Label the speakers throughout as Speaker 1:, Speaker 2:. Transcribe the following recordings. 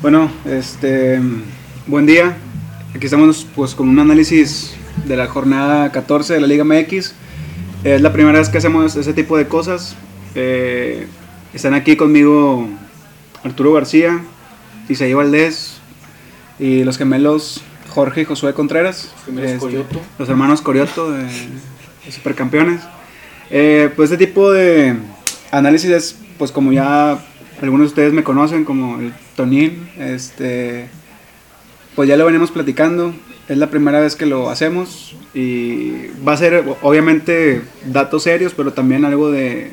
Speaker 1: Bueno, este, buen día. Aquí estamos pues con un análisis de la jornada 14 de la Liga MX. Es la primera vez que hacemos ese tipo de cosas. Eh, están aquí conmigo Arturo García, Isaí Valdés y los gemelos Jorge y Josué Contreras.
Speaker 2: Los gemelos
Speaker 1: Este,
Speaker 2: Coyoto.
Speaker 1: los hermanos Corioto de, de Supercampeones. Eh, pues este tipo de análisis es, pues como ya algunos de ustedes me conocen, como el Tonín, este, pues ya lo venimos platicando. Es la primera vez que lo hacemos y va a ser o- obviamente datos serios, pero también algo de,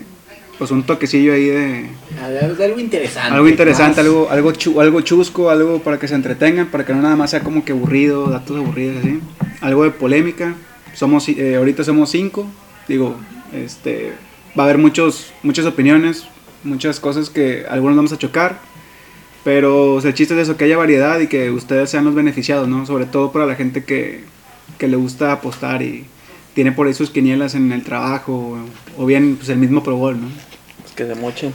Speaker 1: pues un toquecillo ahí de
Speaker 2: Algo, algo interesante.
Speaker 1: algo interesante,
Speaker 2: más.
Speaker 1: algo, algo, chu- algo chusco, algo para que se entretengan, para que no nada más sea como que aburrido, datos aburridos, así. Algo de polémica. Somos, eh, ahorita somos cinco. Digo, este, va a haber muchos, muchas opiniones, muchas cosas que algunos vamos a chocar. Pero o sea, el chiste es eso, que haya variedad y que ustedes sean los beneficiados, ¿no? Sobre todo para la gente que, que le gusta apostar y tiene por ahí sus quinielas en el trabajo o, o bien pues, el mismo Pro Bowl, ¿no?
Speaker 3: Pues que se mochen.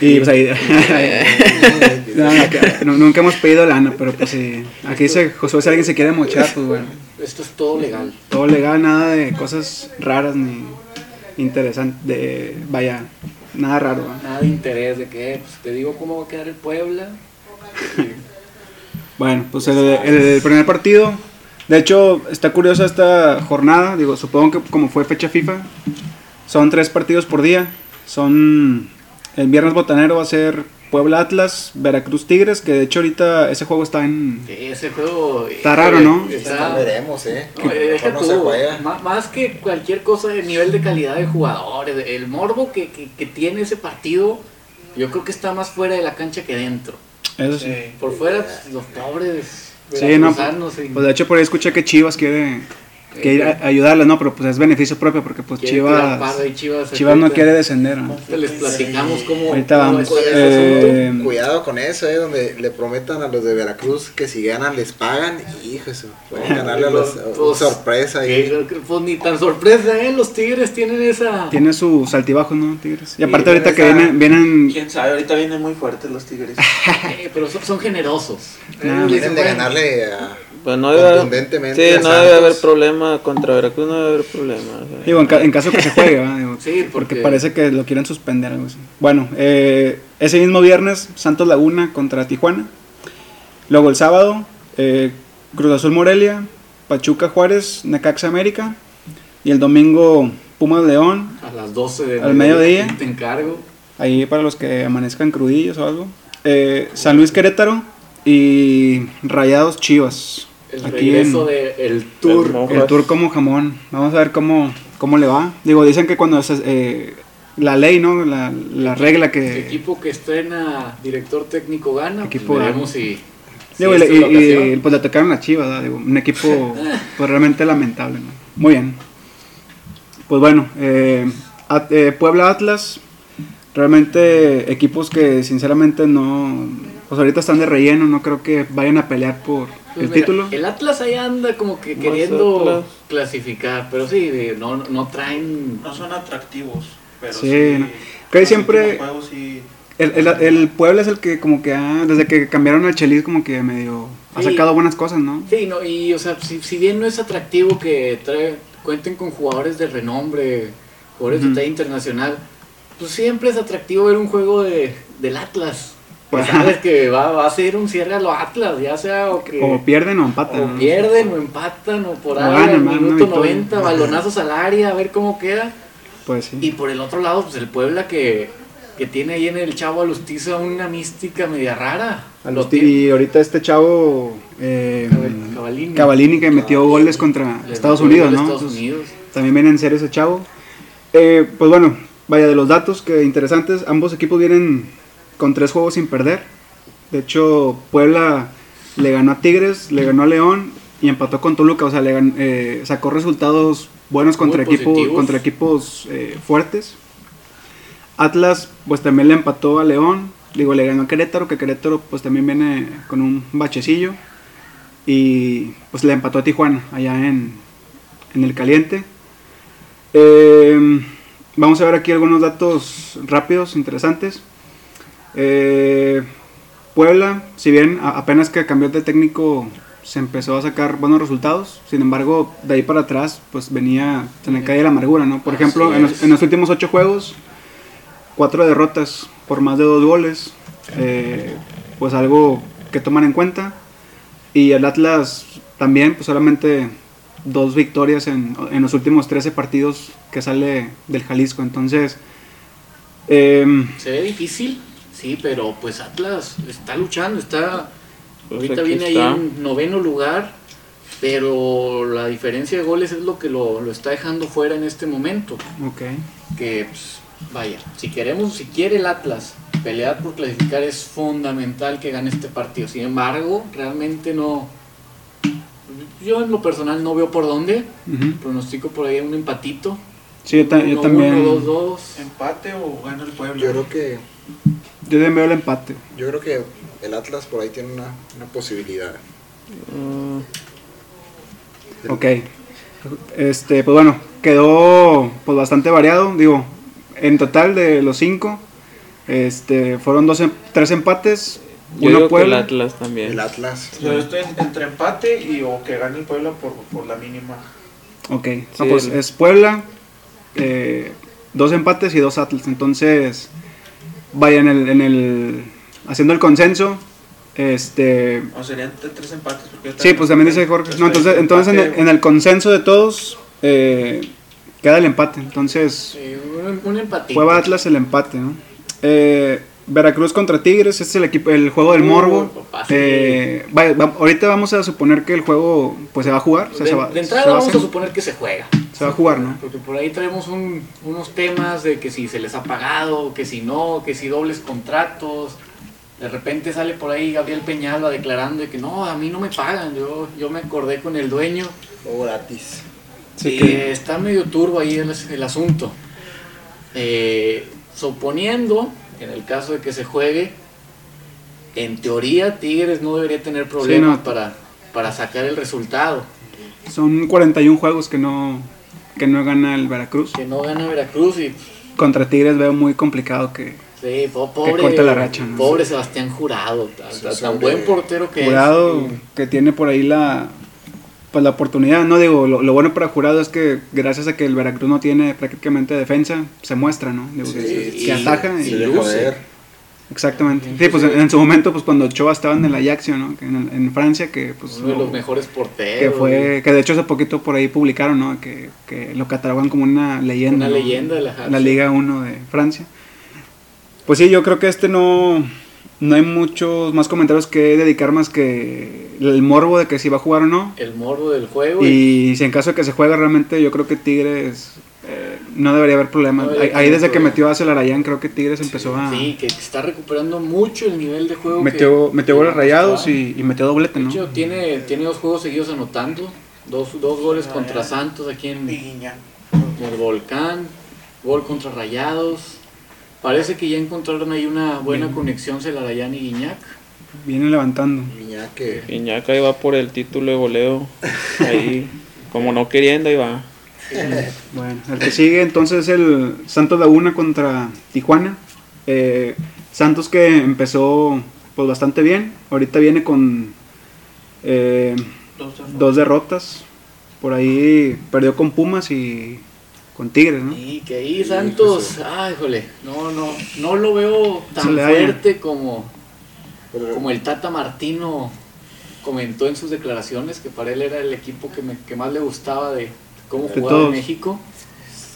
Speaker 1: Y pues ahí. No, no, que- no, nunca hemos pedido lana, pero pues sí. Aquí dice Josué: si alguien se quiere mochar, pues bueno.
Speaker 2: Esto es todo legal.
Speaker 1: Todo legal, nada de cosas raras ni interesantes. De, vaya, nada raro. ¿va?
Speaker 2: Nada de interés de que, pues te digo cómo va a quedar el Puebla.
Speaker 1: Bueno, pues el, el primer partido. De hecho, está curiosa esta jornada. Digo, supongo que como fue fecha FIFA, son tres partidos por día. Son. El viernes botanero va a ser Puebla Atlas, Veracruz Tigres, que de hecho ahorita ese juego está en.
Speaker 2: Ese juego. eh,
Speaker 1: Está raro, ¿no?
Speaker 4: Está,
Speaker 2: Está.
Speaker 4: veremos, ¿eh?
Speaker 2: No, eh, deja
Speaker 4: Mejor no
Speaker 2: tú,
Speaker 4: se juega.
Speaker 2: má- más que cualquier cosa de nivel de calidad de jugadores, el morbo que, que- que tiene ese partido, yo creo que está más fuera de la cancha que dentro.
Speaker 1: Eso sí.
Speaker 2: Por fuera, pues, los pobres.
Speaker 1: Sí, no,
Speaker 2: veracruzanos,
Speaker 1: pues,
Speaker 2: y-
Speaker 1: pues, de hecho por ahí escuché que Chivas quiere, que ir
Speaker 2: Eh,
Speaker 1: a- ayudarles, ¿no? Pero pues es beneficio propio porque pues
Speaker 2: quiere tirar
Speaker 1: Chivas,
Speaker 2: paro y Chivas,
Speaker 1: Chivas no
Speaker 2: ahorita-
Speaker 1: quiere descender, ¿no?
Speaker 2: ahorita Les platicamos cómo.
Speaker 1: Ahorita
Speaker 2: cómo
Speaker 1: vamos.
Speaker 2: es ese
Speaker 1: Eh,
Speaker 2: asunto.
Speaker 4: Cuidado con eso, ¿eh? Donde le prometan a los de Veracruz que si ganan les pagan. Hijo, eso. Pueden ganarle a los. a-
Speaker 2: Pues,
Speaker 4: sorpresa ahí.
Speaker 2: eh, Pues ni tan sorpresa, ¿eh? Los Tigres tienen esa.
Speaker 1: tiene sus altibajos, ¿no? Tigres. Y aparte
Speaker 3: Sí,
Speaker 1: ahorita que
Speaker 3: esa-
Speaker 1: vienen, vienen
Speaker 3: Quién sabe, ahorita vienen muy fuertes los tigres.
Speaker 2: Eh, pero son, son generosos.
Speaker 1: No,
Speaker 2: Eh, les
Speaker 4: Tienen de
Speaker 2: juegan.
Speaker 4: ganarle a.
Speaker 3: Pero Pues no debe haber,
Speaker 4: Contundentemente
Speaker 3: sí,
Speaker 4: a
Speaker 3: no debe haber
Speaker 4: Santos.
Speaker 3: problema contra Veracruz, no debe haber problema. o sea.
Speaker 1: Digo, en, ca- en caso que se juegue, ¿verdad? Digo,
Speaker 2: Sí,
Speaker 1: porque...
Speaker 2: porque-
Speaker 1: parece que lo quieren suspender algo así. Bueno, eh, ese mismo viernes, Santos Laguna contra Tijuana. Luego el sábado, eh, Cruz Azul Morelia, Pachuca Juárez, Necaxa América. Y el domingo, Pumas León.
Speaker 2: A las 12 de
Speaker 1: Al mediodía.
Speaker 2: Te encargo.
Speaker 1: Ahí para los que amanezcan crudillos o algo. Eh, San Luis Querétaro y Rayados Chivas.
Speaker 2: El
Speaker 1: Aquí
Speaker 2: regreso
Speaker 1: en-
Speaker 2: del tour.
Speaker 3: Hermoso.
Speaker 1: El tour como jamón. Vamos a ver cómo, cómo le va. Digo, dicen que cuando se- eh, la ley, ¿no? La, la regla
Speaker 2: El
Speaker 1: que...
Speaker 2: equipo que estrena director técnico gana.
Speaker 1: Equipo
Speaker 2: pues,
Speaker 1: gana.
Speaker 2: veremos si. si
Speaker 1: Digo, y,
Speaker 2: esta es la
Speaker 1: y- y,
Speaker 2: ocasión.
Speaker 1: pues le tocaron a Chivas, ¿verdad? Digo, un equipo pues, realmente lamentable. ¿no? Muy bien. Pues bueno, eh, At- eh, Puebla Atlas, realmente equipos que sinceramente no, pues ahorita están de relleno, no creo que vayan a pelear por el
Speaker 2: Pues mira,
Speaker 1: título.
Speaker 2: El Atlas ahí anda como que
Speaker 3: Más
Speaker 2: queriendo
Speaker 3: Atlas.
Speaker 2: clasificar, pero sí, de- no, no traen.
Speaker 5: No son atractivos, pero
Speaker 1: Sí,
Speaker 5: sí.
Speaker 1: no. Que
Speaker 5: los
Speaker 1: siempre-
Speaker 5: últimos juegos sí-
Speaker 1: El, el, el Puebla es el que como que ha, desde que cambiaron al Chelis como que medio ha
Speaker 2: Sí.
Speaker 1: sacado buenas cosas, ¿no?
Speaker 2: Sí, no, y o sea, si, si bien no es atractivo que trae- cuenten con jugadores de renombre, jugadores
Speaker 1: Ujú.
Speaker 2: de talla internacional, pues siempre es atractivo ver un juego de, del Atlas. Pues sabes que va, va a ser un cierre a los Atlas, ya sea o que
Speaker 1: O pierden o empatan.
Speaker 2: Eh, o
Speaker 1: ¿no?
Speaker 2: pierden o empatan o por
Speaker 1: O
Speaker 2: ahí
Speaker 1: ganan,
Speaker 2: al
Speaker 1: van, ¿no?
Speaker 2: minuto
Speaker 1: Y todo.
Speaker 2: 90, balonazos al área, a ver cómo queda.
Speaker 1: Pues sí.
Speaker 2: Y por el otro lado, pues el Puebla que, que tiene ahí en el Chavo Alustiza una mística media rara.
Speaker 1: Al-
Speaker 2: Lo tiene-
Speaker 1: y ahorita este chavo eh,
Speaker 2: Cabal- Cavalini.
Speaker 1: Cavalini que metió goles contra
Speaker 2: Le
Speaker 1: Estados
Speaker 2: metió
Speaker 1: Unidos,
Speaker 2: gol a
Speaker 1: ¿no? Pues,
Speaker 2: Estados
Speaker 1: Entonces,
Speaker 2: Unidos.
Speaker 1: También viene en serio ese chavo. Eh, pues bueno, vaya de los datos que interesantes, ambos equipos vienen con tres juegos sin perder. De hecho, Puebla le ganó a Tigres, le ganó a León y empató con Toluca. O sea, le gan- eh, sacó resultados buenos contra,
Speaker 2: Muy
Speaker 1: equipo-
Speaker 2: positivos.
Speaker 1: contra equipos eh, fuertes. Atlas, pues también le empató a León. Digo, le ganó a Querétaro, que Querétaro, pues también viene con un bachecillo. Y pues le empató a Tijuana, allá en, en el caliente. Eh, vamos a ver aquí algunos datos rápidos, interesantes. Eh, Puebla, si bien a- apenas que cambió de técnico se empezó a sacar buenos resultados, sin embargo, de ahí para atrás, pues venía, se le caía la amargura, ¿no? Por
Speaker 2: Así
Speaker 1: ejemplo, en los,
Speaker 2: es.
Speaker 1: en los últimos ocho juegos, cuatro derrotas por más de dos goles, eh, pues algo que tomar en cuenta. Y el Atlas también, pues solamente dos victorias en, en los últimos 13 partidos que sale del Jalisco. Entonces, em,
Speaker 2: Se ve difícil, sí, pero pues Atlas está luchando, está
Speaker 3: Pues
Speaker 2: ahorita
Speaker 3: aquí
Speaker 2: viene
Speaker 3: está.
Speaker 2: ahí en noveno lugar, pero la diferencia de goles es lo que lo, lo está dejando fuera en este momento.
Speaker 1: ok,
Speaker 2: Que pues, vaya, si queremos, si quiere el Atlas pelear por clasificar es fundamental que gane este partido. Sin embargo, realmente no. Yo en lo personal no veo por dónde.
Speaker 1: ujú.
Speaker 2: Pronostico por ahí un empatito.
Speaker 1: Sí, yo, ta- yo
Speaker 2: Uno,
Speaker 1: también.
Speaker 2: uno, dos, dos.
Speaker 5: ¿Empate o gana el pueblo?
Speaker 4: Yo creo que,
Speaker 1: Yo también veo el empate.
Speaker 4: yo creo que el Atlas por ahí tiene una, una posibilidad.
Speaker 3: Mm,
Speaker 1: Ok. Este, pues bueno, quedó pues bastante variado. Digo, en total de los cinco, este, fueron dos, em- tres empates, uno
Speaker 3: yo digo que el
Speaker 1: Puebla.
Speaker 3: Atlas también.
Speaker 4: El Atlas.
Speaker 5: Yo estoy entre empate y o que gane el pueblo por, por la mínima.
Speaker 1: Ok, no,
Speaker 3: Sí,
Speaker 1: pues
Speaker 3: el-
Speaker 1: es Puebla, eh, dos empates y dos Atlas. Entonces, vaya en el, en el, haciendo el consenso, este,
Speaker 5: O serían t- tres empates. Porque yo
Speaker 1: Sí, pues también dice Jorge. No, entonces, entonces en, el, en el consenso de todos eh, queda el empate. Entonces,
Speaker 2: Sí, eh, un, un empatito.
Speaker 1: Puebla Atlas el empate, ¿no? Eh, Veracruz contra Tigres, este es el equipo, el juego del
Speaker 2: Uh,
Speaker 1: morbo.
Speaker 2: papá, sí.
Speaker 1: Eh, vaya, va- ahorita vamos a suponer que el juego pues se va a jugar. o sea,
Speaker 2: de,
Speaker 1: se va,
Speaker 2: de entrada
Speaker 1: se va a
Speaker 2: vamos
Speaker 1: hacer-
Speaker 2: a suponer que se juega.
Speaker 1: se va a jugar, ¿no?
Speaker 2: Porque por ahí traemos un- unos temas de que si se les ha pagado, que si no, que si dobles contratos. De repente sale por ahí Gabriel Peñalba declarando de que no, a mí no me pagan, yo, yo me acordé con el dueño.
Speaker 4: O gratis.
Speaker 1: Sí
Speaker 2: y
Speaker 1: que-
Speaker 2: está medio turbo ahí el, el asunto. Eh, suponiendo, en el caso de que se juegue, en teoría Tigres no debería tener problemas
Speaker 1: no.
Speaker 2: para, para sacar el resultado.
Speaker 1: Son 41 juegos que no, que no gana el Veracruz.
Speaker 2: Que no gana Veracruz y
Speaker 1: Contra Tigres veo muy complicado que
Speaker 2: Sí, po- pobre,
Speaker 1: corte la racha, ¿no?
Speaker 2: pobre Sebastián Jurado, ta- ta-
Speaker 4: Sí,
Speaker 2: tan,
Speaker 4: es hombre.
Speaker 2: buen portero que
Speaker 1: Jurado
Speaker 2: es. y-
Speaker 1: que tiene por ahí la pues la oportunidad, no digo, lo, lo bueno para Jurado es que gracias a que el Veracruz no tiene prácticamente defensa, se muestra, ¿no? Digo,
Speaker 4: Sí,
Speaker 1: que,
Speaker 2: sí,
Speaker 1: que ataja
Speaker 2: sí,
Speaker 1: y-
Speaker 2: luce.
Speaker 4: joder.
Speaker 1: exactamente. Sí, pues en, en su momento pues cuando Ochoa estaba en el Ajaxio, ¿no? Que En, el- en Francia que pues
Speaker 2: uno de
Speaker 1: lo-
Speaker 2: los mejores porteros.
Speaker 1: que fue que de hecho hace poquito por ahí publicaron, ¿no? Que, que lo catalogan como una leyenda.
Speaker 2: Una
Speaker 1: ¿no?
Speaker 2: leyenda de la Ajax.
Speaker 1: Liga 1 de Francia. Pues sí, yo creo que este no no hay muchos más comentarios que dedicar más que el morbo de que si va a jugar o no.
Speaker 2: El morbo del juego. Y,
Speaker 1: Y si en caso de que se juegue realmente, yo creo que Tigres eh, no debería haber problema.
Speaker 2: No
Speaker 1: ahí,
Speaker 2: debería
Speaker 1: ahí
Speaker 2: haber
Speaker 1: desde que
Speaker 2: problema.
Speaker 1: metió a Celarayán, creo que Tigres empezó a...
Speaker 2: sí, que está recuperando mucho el nivel de juego. que-
Speaker 1: ah, metió, metió
Speaker 2: que
Speaker 1: goles rayados
Speaker 2: mostraba.
Speaker 1: y, y metió doblete,
Speaker 2: Ah. De
Speaker 1: ¿no?
Speaker 2: hecho, tiene, tiene dos juegos seguidos anotando. Dos, dos
Speaker 4: Ah,
Speaker 2: goles contra
Speaker 4: eh.
Speaker 2: Santos aquí en,
Speaker 5: Piña.
Speaker 2: en el Volcán. Gol contra Rayados. Parece que ya encontraron ahí una buena conexión Celarayán y Guiñac.
Speaker 1: Viene levantando.
Speaker 4: Iñak que-
Speaker 3: Iñaka ahí va por el título de voleo. Ahí, como no queriendo, ahí va.
Speaker 1: Bueno, el que sigue entonces es el Santos Laguna contra Tijuana. Eh, Santos que empezó pues bastante bien. Ahorita viene con eh,
Speaker 5: Dos, dos,
Speaker 1: dos derrotas. Por ahí perdió con Pumas y con Tigres, ¿no?
Speaker 2: Y que ahí Santos, ay, jole, no, no, no lo veo
Speaker 1: Se
Speaker 2: tan
Speaker 1: le halla.
Speaker 2: fuerte como,
Speaker 4: pero-
Speaker 2: como el Tata Martino comentó en sus declaraciones, que para él era el equipo que, me- que más le gustaba de cómo
Speaker 1: De
Speaker 2: jugaba en
Speaker 1: todos.
Speaker 2: México.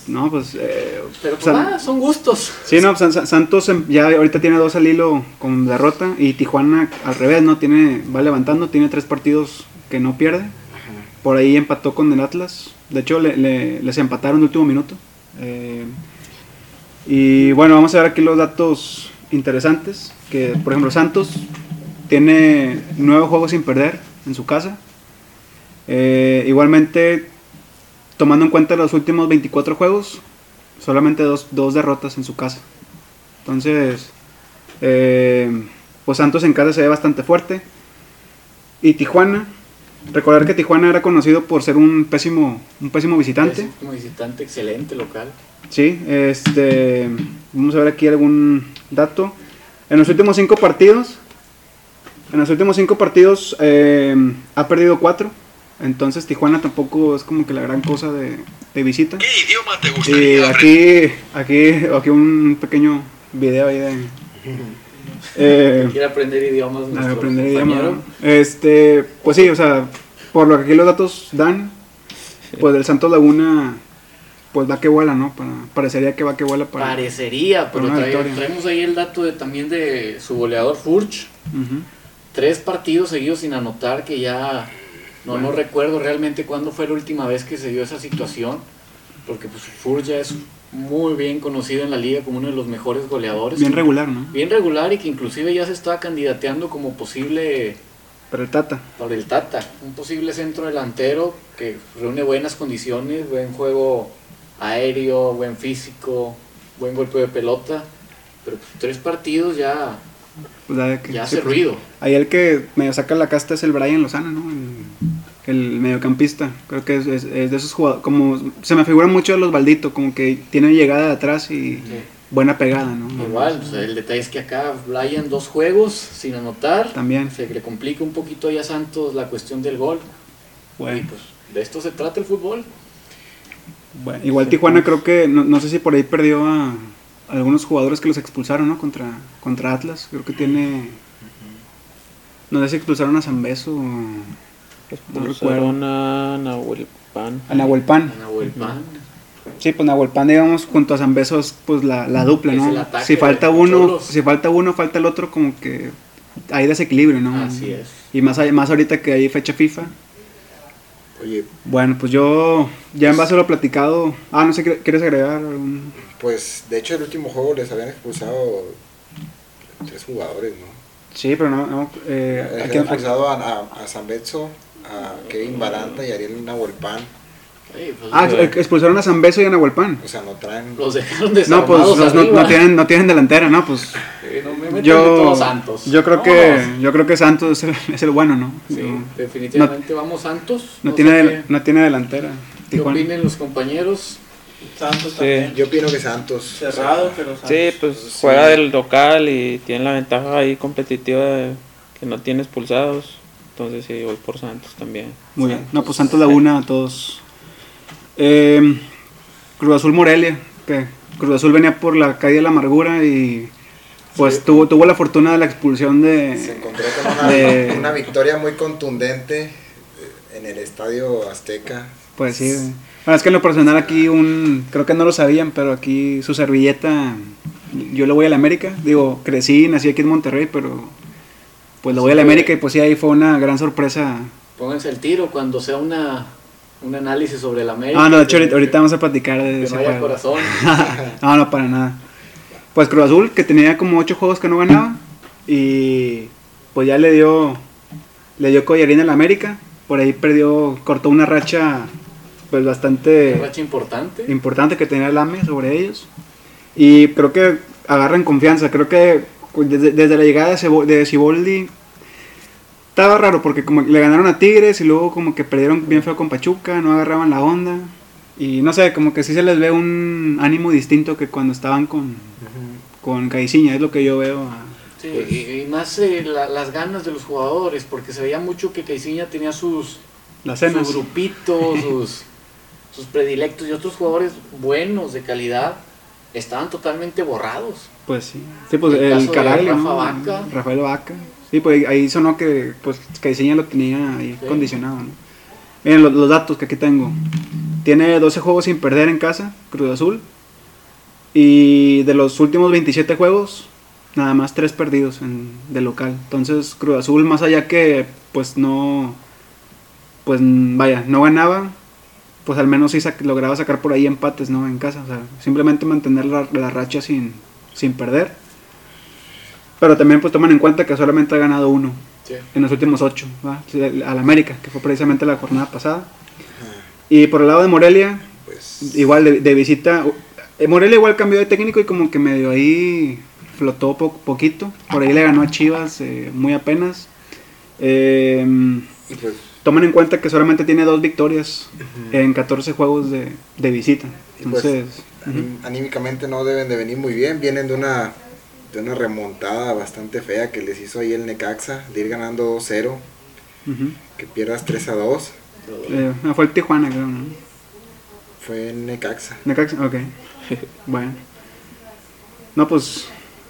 Speaker 1: No, pues... eh,
Speaker 2: Pero pues,
Speaker 1: San-
Speaker 2: ah, son gustos.
Speaker 1: Sí, no, San- San- Santos em- ya ahorita tiene dos al hilo con derrota y Tijuana al revés, ¿no? Tiene, va levantando, tiene tres partidos que no pierde. Por ahí empató con el Atlas. De hecho, le- le- les empataron en el último minuto. Eh, y bueno, vamos a ver aquí los datos interesantes. Que, por ejemplo, Santos tiene nueve juegos sin perder en su casa. Eh, igualmente, tomando en cuenta los últimos 24 juegos, solamente dos, dos derrotas en su casa. Entonces, eh, pues Santos en casa se ve bastante fuerte. Y Tijuana, recordar que Tijuana era conocido por ser un pésimo, un pésimo visitante.
Speaker 2: Es Como visitante excelente local.
Speaker 1: Sí, este, vamos a ver aquí algún dato. En los últimos cinco partidos, En los últimos cinco partidos eh, ha perdido cuatro. Entonces Tijuana tampoco es como que la gran cosa de, de visita.
Speaker 6: ¿Qué idioma te
Speaker 1: Y
Speaker 6: gustaría aprender?
Speaker 1: aquí, aquí, aquí un pequeño video ahí de... eh,
Speaker 2: Quiere aprender idiomas.
Speaker 1: a
Speaker 2: nuestro
Speaker 1: aprender
Speaker 2: compañero.
Speaker 1: idioma. Este, pues sí, o sea, por lo que aquí los datos dan, pues del Santos Laguna, pues va que vuela, ¿no? Para, parecería que va que vuela para.
Speaker 2: Parecería, pero
Speaker 1: para una
Speaker 2: trae-
Speaker 1: victoria.
Speaker 2: traemos ahí el dato de, también de su goleador Furch.
Speaker 1: Ujú.
Speaker 2: Tres partidos seguidos sin anotar, que ya no, no recuerdo realmente cuándo fue la última vez que se dio esa situación, porque pues Furch ya es muy bien conocido en la liga como uno de los mejores goleadores.
Speaker 1: Bien regular, ¿no?
Speaker 2: Bien regular y que inclusive ya se está candidateando como posible
Speaker 1: Pero el Tata.
Speaker 2: para el Tata, un posible centro delantero que reúne buenas condiciones, buen juego aéreo, buen físico, buen golpe de pelota, pero pues, tres partidos ya,
Speaker 1: Pues, da de que-
Speaker 2: ya
Speaker 1: sí,
Speaker 2: hace
Speaker 1: pues,
Speaker 2: ruido.
Speaker 1: Ahí el que medio saca la casta es el Brian Lozano, ¿no? El, el mediocampista. Creo que es, es- es de esos jugadores. Como se me figura mucho de los Baldito, como que tiene llegada de atrás y
Speaker 2: Sí.
Speaker 1: buena pegada, ¿no?
Speaker 2: Igual, pues, el detalle es que acá Brian dos juegos sin anotar,
Speaker 1: También.
Speaker 2: se le complica un poquito ya a Santos la cuestión del gol, y
Speaker 1: Bueno.
Speaker 2: pues de esto se trata el fútbol.
Speaker 1: Bueno, igual Tijuana creo que, no, no sé si por ahí perdió a algunos jugadores que los expulsaron, ¿no? Contra, contra Atlas, creo que tiene... No sé si expulsaron a Zambeso o
Speaker 3: Expulsaron a Pues, Nahuel Pan.
Speaker 1: a Nahuel Pan.
Speaker 2: Nahuel Pan,
Speaker 1: Sí, pues Nahuel Pan, digamos, junto a Zambeso es pues la, la dupla,
Speaker 2: Es
Speaker 1: ¿no?
Speaker 2: el ataque
Speaker 1: Si falta
Speaker 2: de
Speaker 1: uno,
Speaker 2: Cholos.
Speaker 1: si falta uno, falta el otro, como que hay desequilibrio, ¿no?
Speaker 2: así es.
Speaker 1: Y más, ahí- más ahorita que hay fecha FIFA.
Speaker 4: Oye,
Speaker 1: Bueno, pues yo ya en base a lo platicado... Ah, no sé, ¿qué- ¿quieres agregar algún...?
Speaker 4: pues de hecho el último juego les habían expulsado tres jugadores, ¿no?
Speaker 1: Sí, pero no... no, eh,
Speaker 4: Les
Speaker 1: ¿a quién-
Speaker 4: habían
Speaker 1: a-
Speaker 4: expulsado a, a, a Zambetso, a Kevin Baranta y a Ariel Nahuelpan.
Speaker 2: Sí, pues,
Speaker 1: Ah, ex- expulsaron a Zambeso y a Nahuelpan.
Speaker 4: O sea, no traen...
Speaker 2: los
Speaker 1: No,
Speaker 2: dejaron
Speaker 1: pues
Speaker 2: desarmados
Speaker 1: los- no, no
Speaker 2: arriba.
Speaker 1: tienen, no tienen delantera, ¿no? Pues
Speaker 2: Eh, no me metan de
Speaker 1: yo,
Speaker 2: todos Santos.
Speaker 1: yo creo que yo creo que Santos es el, es el bueno, ¿no?
Speaker 2: Sí,
Speaker 1: Digo,
Speaker 2: definitivamente vamos Santos.
Speaker 1: no,
Speaker 2: sé
Speaker 1: tiene,
Speaker 2: qué-
Speaker 1: del- no tiene delantera.
Speaker 2: qué
Speaker 1: Tijuana.
Speaker 2: opinen los compañeros.
Speaker 5: Santos
Speaker 3: Sí.
Speaker 5: también.
Speaker 4: Yo opino que Santos... o sea,
Speaker 5: Cerrado, pero Santos.
Speaker 1: Ah,
Speaker 3: Sí, pues juega del local y tiene la ventaja ahí competitiva de que no tiene expulsados. Entonces sí, voy por Santos también.
Speaker 1: Muy bien. No, pues Santos Laguna a todos. Eh, Cruz Azul Morelia, que Cruz Azul venía por la calle de la amargura y pues tuvo, tuvo la fortuna de la expulsión
Speaker 4: se
Speaker 1: de...
Speaker 4: encontró con una,
Speaker 1: De-
Speaker 4: una victoria muy contundente eh, en el Estadio Azteca.
Speaker 1: Pues sí. güey. Bueno, es que en lo personal aquí un... Creo que no lo sabían, pero aquí su servilleta... Yo le voy a la América. Digo, crecí, nací aquí en Monterrey, pero... Pues le voy a la
Speaker 2: Sí.
Speaker 1: América y pues sí, ahí fue una gran sorpresa.
Speaker 2: Pónganse el tiro cuando sea una un análisis sobre la América.
Speaker 1: Ah, no, de hecho
Speaker 2: que-
Speaker 1: ahorita, ahorita vamos a platicar
Speaker 2: que
Speaker 1: de ese
Speaker 2: no haya
Speaker 1: juego.
Speaker 2: corazón.
Speaker 1: no, no, para nada. Pues Cruz Azul, que tenía como ocho juegos que no ganaba. Y pues ya le dio. Le dio collarín al América. Por ahí perdió. Cortó una racha. Pues bastante
Speaker 2: Una racha importante.
Speaker 1: importante que tenía el AME sobre ellos. Y creo que agarran confianza. Creo que cu- desde, desde la llegada de Cebo- de Ciboldi estaba raro porque como le ganaron a Tigres y luego como que perdieron bien feo con Pachuca, no agarraban la onda. Y no sé, como que sí se les ve un ánimo distinto que cuando estaban con, con Caixinha, es lo que yo veo. a-
Speaker 2: Sí, y, y más eh, la- las ganas de los jugadores, porque se veía mucho que Caiciña tenía sus
Speaker 1: las
Speaker 2: su
Speaker 1: cenas.
Speaker 2: grupito, sus, sus predilectos y otros jugadores buenos de calidad estaban totalmente borrados.
Speaker 1: Pues sí. Sí, pues
Speaker 2: El
Speaker 1: el,
Speaker 2: caso de
Speaker 1: Caraglio,
Speaker 2: Rafa
Speaker 1: ¿no?
Speaker 2: Vaca.
Speaker 1: Rafael Vaca. Sí, pues ahí sonó que pues Caixinha lo tenía ahí
Speaker 2: Sí.
Speaker 1: condicionado, ¿no? Miren los, los datos que aquí tengo. Tiene 12 juegos sin perder en casa, Cruz Azul. Y de los últimos 27 juegos, nada más 3 perdidos en, de local. Entonces, Cruz Azul, más allá que pues no. Pues vaya, no ganaba, pues al menos sí sac- lograba sacar por ahí empates, ¿no? En casa, o sea, simplemente mantener la, la racha sin, sin perder. Pero también pues toman en cuenta que solamente ha ganado uno en los últimos ocho, ¿va? al América, que fue precisamente la jornada pasada.
Speaker 4: Ah.
Speaker 1: Y por el lado de Morelia,
Speaker 4: Pues,
Speaker 1: igual de, de visita, eh, Morelia igual cambió de técnico y como que medio ahí flotó po- poquito. Por ahí le ganó a Chivas eh, muy apenas. Eh,
Speaker 4: y pues,
Speaker 1: tomen en cuenta que solamente tiene dos victorias en 14 juegos de, de visita.
Speaker 4: Y pues,
Speaker 1: Entonces, ujú.
Speaker 4: aní- anímicamente no deben de venir muy bien. Vienen de una de una remontada bastante fea que les hizo ahí el Necaxa, de ir ganando 2-0,
Speaker 1: Ujú.
Speaker 4: que pierdas 3-2,
Speaker 1: Eh, ah, fue el Tijuana, creo, ¿no?
Speaker 4: fue el Necaxa.
Speaker 1: Necaxa, ok. bueno. No, pues,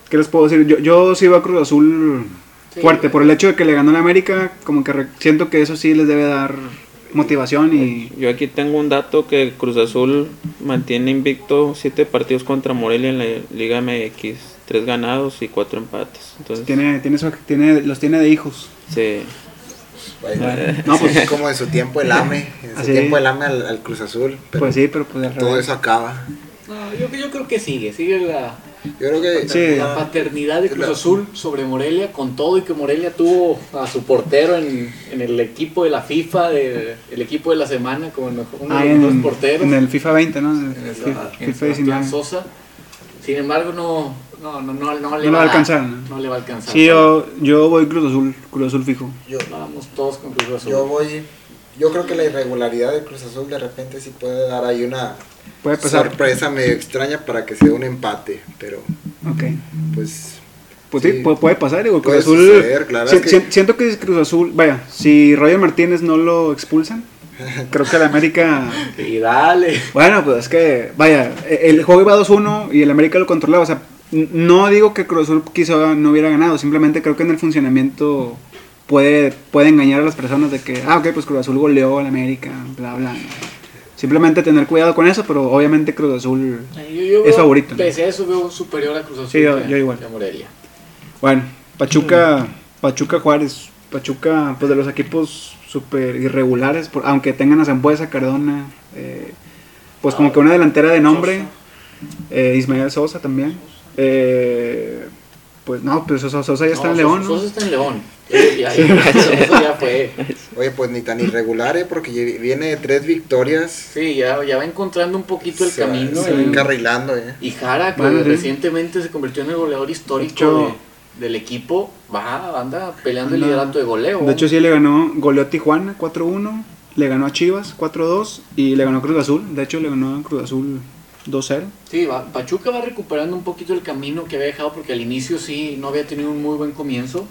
Speaker 1: ¿qué les puedo decir? Yo, yo sí veo a Cruz Azul
Speaker 2: Sí.
Speaker 1: fuerte. Por el hecho de que le ganó la América, como que re- siento que eso sí les debe dar motivación y...
Speaker 3: Yo aquí tengo un dato que el Cruz Azul mantiene invicto siete partidos contra Morelia en la Liga MX, tres ganados y cuatro empates. Entonces,
Speaker 1: Tiene, tiene, su- tiene, los tiene de hijos.
Speaker 3: sí,
Speaker 4: Vaya,
Speaker 1: No,
Speaker 4: así
Speaker 1: pues-
Speaker 4: como en su tiempo el AME, en su
Speaker 1: Así.
Speaker 4: tiempo el AME al, al Cruz Azul, pero
Speaker 1: pues sí, pero pues al
Speaker 4: todo
Speaker 1: revés.
Speaker 4: eso acaba.
Speaker 2: No, yo, yo creo que sigue, sigue la,
Speaker 4: Yo creo que
Speaker 1: Sí.
Speaker 2: la paternidad de Cruz
Speaker 4: La-
Speaker 2: Azul sobre Morelia, con todo y que Morelia tuvo a su portero en, en el equipo de la FIFA, de- el equipo de la semana, como el mejor- uno
Speaker 1: Ah,
Speaker 2: de los
Speaker 1: en,
Speaker 2: dos porteros,
Speaker 1: en el FIFA 20, ¿no? En
Speaker 2: en
Speaker 1: el
Speaker 2: el-
Speaker 1: FIFA,
Speaker 2: en
Speaker 1: FIFA
Speaker 2: Sebastián
Speaker 1: 19.
Speaker 2: Sosa. Sin embargo, no, no, no, no, no le
Speaker 1: No va
Speaker 2: va
Speaker 1: a
Speaker 2: dar,
Speaker 1: alcanzar, ¿no?
Speaker 2: no le va a alcanzar.
Speaker 1: Sí, yo, yo voy Cruz Azul, Cruz Azul fijo.
Speaker 4: yo,
Speaker 2: Vamos todos con Cruz Azul.
Speaker 4: yo voy, yo creo que la irregularidad del Cruz Azul de repente sí puede dar ahí una
Speaker 1: Puede pasar.
Speaker 4: sorpresa medio extraña para que sea un empate, pero
Speaker 1: Ok.
Speaker 4: pues
Speaker 1: Pues
Speaker 4: Sí.
Speaker 1: sí, pu- puede pasar, digo, Cruz
Speaker 4: Puede
Speaker 1: Azul.
Speaker 4: suceder, claro,
Speaker 1: si-
Speaker 4: es que-
Speaker 1: si- Siento que Cruz Azul, vaya, si Roger Martínez no lo expulsan, creo que el América.
Speaker 2: Y dale.
Speaker 1: Bueno, pues es que, vaya, e- el juego iba 2-1 y el América lo controlaba. O sea, n- no digo que Cruz Azul quizá no hubiera ganado, simplemente creo que en el funcionamiento puede, puede engañar a las personas de que, ah, ok, pues Cruz Azul goleó al América, bla, bla. Simplemente tener cuidado con eso, pero obviamente Cruz Azul.
Speaker 2: Yo, yo
Speaker 1: Es
Speaker 2: veo-
Speaker 1: favorito, ¿no?
Speaker 2: Pese a eso, veo superior a Cruz Azul
Speaker 1: Sí, yo-
Speaker 2: que-
Speaker 1: yo igual.
Speaker 2: que a Morelia.
Speaker 1: Bueno, Pachuca, Pachuca Juárez, Pachuca, pues de los equipos súper irregulares, por- aunque tengan a Zambuesa, Cardona, eh, pues como que una delantera de nombre, eh, Ismael Sosa también. eh, pues no, pues Sosa, Sosa ya está
Speaker 2: No,
Speaker 1: en León,
Speaker 2: Sosa-
Speaker 1: ¿no?
Speaker 2: Sosa está en León. Eh, ya- ya- Sosa ya fue.
Speaker 4: oye pues ni tan irregular eh, porque lle- viene de tres victorias,
Speaker 2: Sí, ya, ya va encontrando un poquito el
Speaker 4: se va-
Speaker 2: camino.
Speaker 4: se va
Speaker 2: el-
Speaker 4: encarrilando eh.
Speaker 2: y Jara, que
Speaker 1: Bueno, sí.
Speaker 2: recientemente se convirtió en el goleador histórico
Speaker 1: De hecho-
Speaker 2: de- del equipo, va, anda peleando
Speaker 1: Anda-
Speaker 2: el liderato de goleo.
Speaker 1: De hecho sí le ganó, goleó a Tijuana 4-1, le ganó a Chivas 4-2 y le ganó a Cruz Azul, de hecho le ganó a Cruz Azul 2-0.
Speaker 2: Sí, va- Pachuca va recuperando un poquito el camino que había dejado porque al inicio sí no había tenido un muy buen comienzo.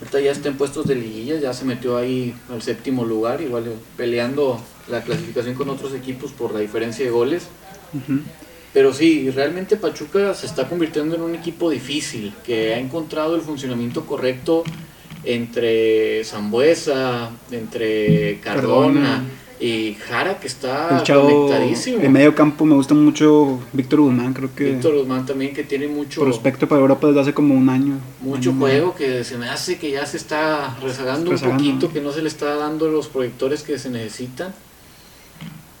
Speaker 2: Ahorita ya está en puestos de liguilla, ya se metió ahí al séptimo lugar, igual eh, peleando la clasificación con otros equipos por la diferencia de goles.
Speaker 1: Ujú.
Speaker 2: Pero sí, realmente Pachuca se está convirtiendo en un equipo difícil, que ha encontrado el funcionamiento correcto entre Zambuesa, entre Cardona,
Speaker 1: Cardona.
Speaker 2: y Jara, que está
Speaker 1: El chavo
Speaker 2: Ah, conectadísimo.
Speaker 1: en medio campo me gusta mucho Víctor Guzmán, creo que...
Speaker 2: Víctor Guzmán también, que tiene mucho,
Speaker 1: prospecto para Europa desde hace como un año. Año
Speaker 2: mucho
Speaker 1: y medio.
Speaker 2: juego, que se me hace que ya se está rezagando,
Speaker 1: Rezagando.
Speaker 2: un poquito, que no se le está dando los proyectores que se necesitan.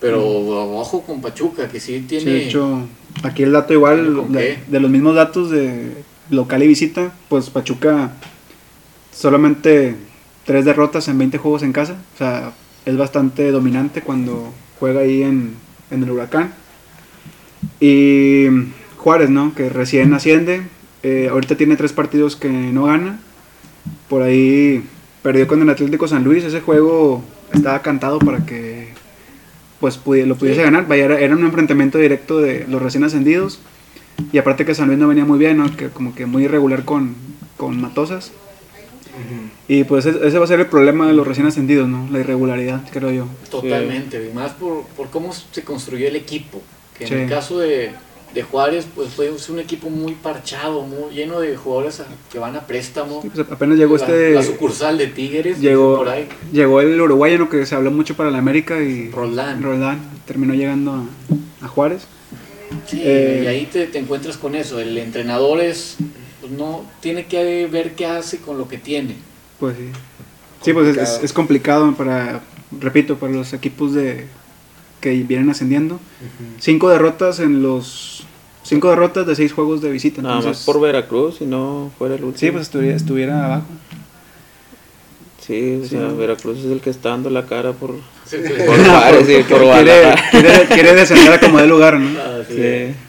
Speaker 2: Pero ojo con Pachuca, que sí
Speaker 1: Mm. Sí,
Speaker 2: tiene...
Speaker 1: de hecho, aquí el dato
Speaker 2: ¿Con
Speaker 1: igual,
Speaker 2: qué?
Speaker 1: de, de los mismos datos de local y visita, pues Pachuca solamente tres derrotas en 20 juegos en casa. O sea, es bastante dominante cuando juega ahí en, en el huracán. Y Juárez, ¿no? Que recién asciende. eh, ahorita tiene tres partidos que no gana. Por ahí perdió con el Atlético San Luis. Ese juego estaba cantado para que pues pudi- lo pudiese ganar. Vaya, era, era un enfrentamiento directo de los recién ascendidos. Y aparte que San Luis no venía muy bien, ¿no? Que como que muy irregular con, con Matosas. Y pues es- ese va a ser el problema de los recién ascendidos, ¿no? La irregularidad, creo yo.
Speaker 2: Totalmente, y más por, por cómo se construyó el equipo. Que
Speaker 1: Sí.
Speaker 2: en el caso de, de Juárez, pues fue un equipo muy parchado, muy lleno de jugadores a- que van a préstamo.
Speaker 1: Sí, pues apenas llegó
Speaker 2: la,
Speaker 1: este...
Speaker 2: la sucursal de Tigres,
Speaker 1: Llegó,
Speaker 2: por ahí.
Speaker 1: llegó el uruguayano que se habló mucho para la América y
Speaker 2: Roldán.
Speaker 1: Roldán terminó llegando a, a Juárez.
Speaker 2: Sí,
Speaker 1: Eh,
Speaker 2: y ahí te, te encuentras con eso. El entrenador es, pues, no tiene que ver qué hace con lo que tiene.
Speaker 1: Pues sí. Sí, pues es- es,
Speaker 4: Complicado.
Speaker 1: es complicado para, repito, para los equipos de que vienen ascendiendo. Cinco derrotas en los... Cinco derrotas de seis juegos de visita.
Speaker 3: nada más
Speaker 1: entonces-
Speaker 3: por Veracruz, si no fuera el último.
Speaker 1: Sí, pues estuviera, estuviera abajo.
Speaker 3: Sí, o sea,
Speaker 1: sí.
Speaker 3: Veracruz es el que está dando la cara por,
Speaker 2: Sí,
Speaker 3: por Juárez y por
Speaker 1: Quiere,
Speaker 3: Guadalajara.
Speaker 1: quiere, quiere descender a como de lugar, ¿no?
Speaker 2: así es.
Speaker 3: Sí.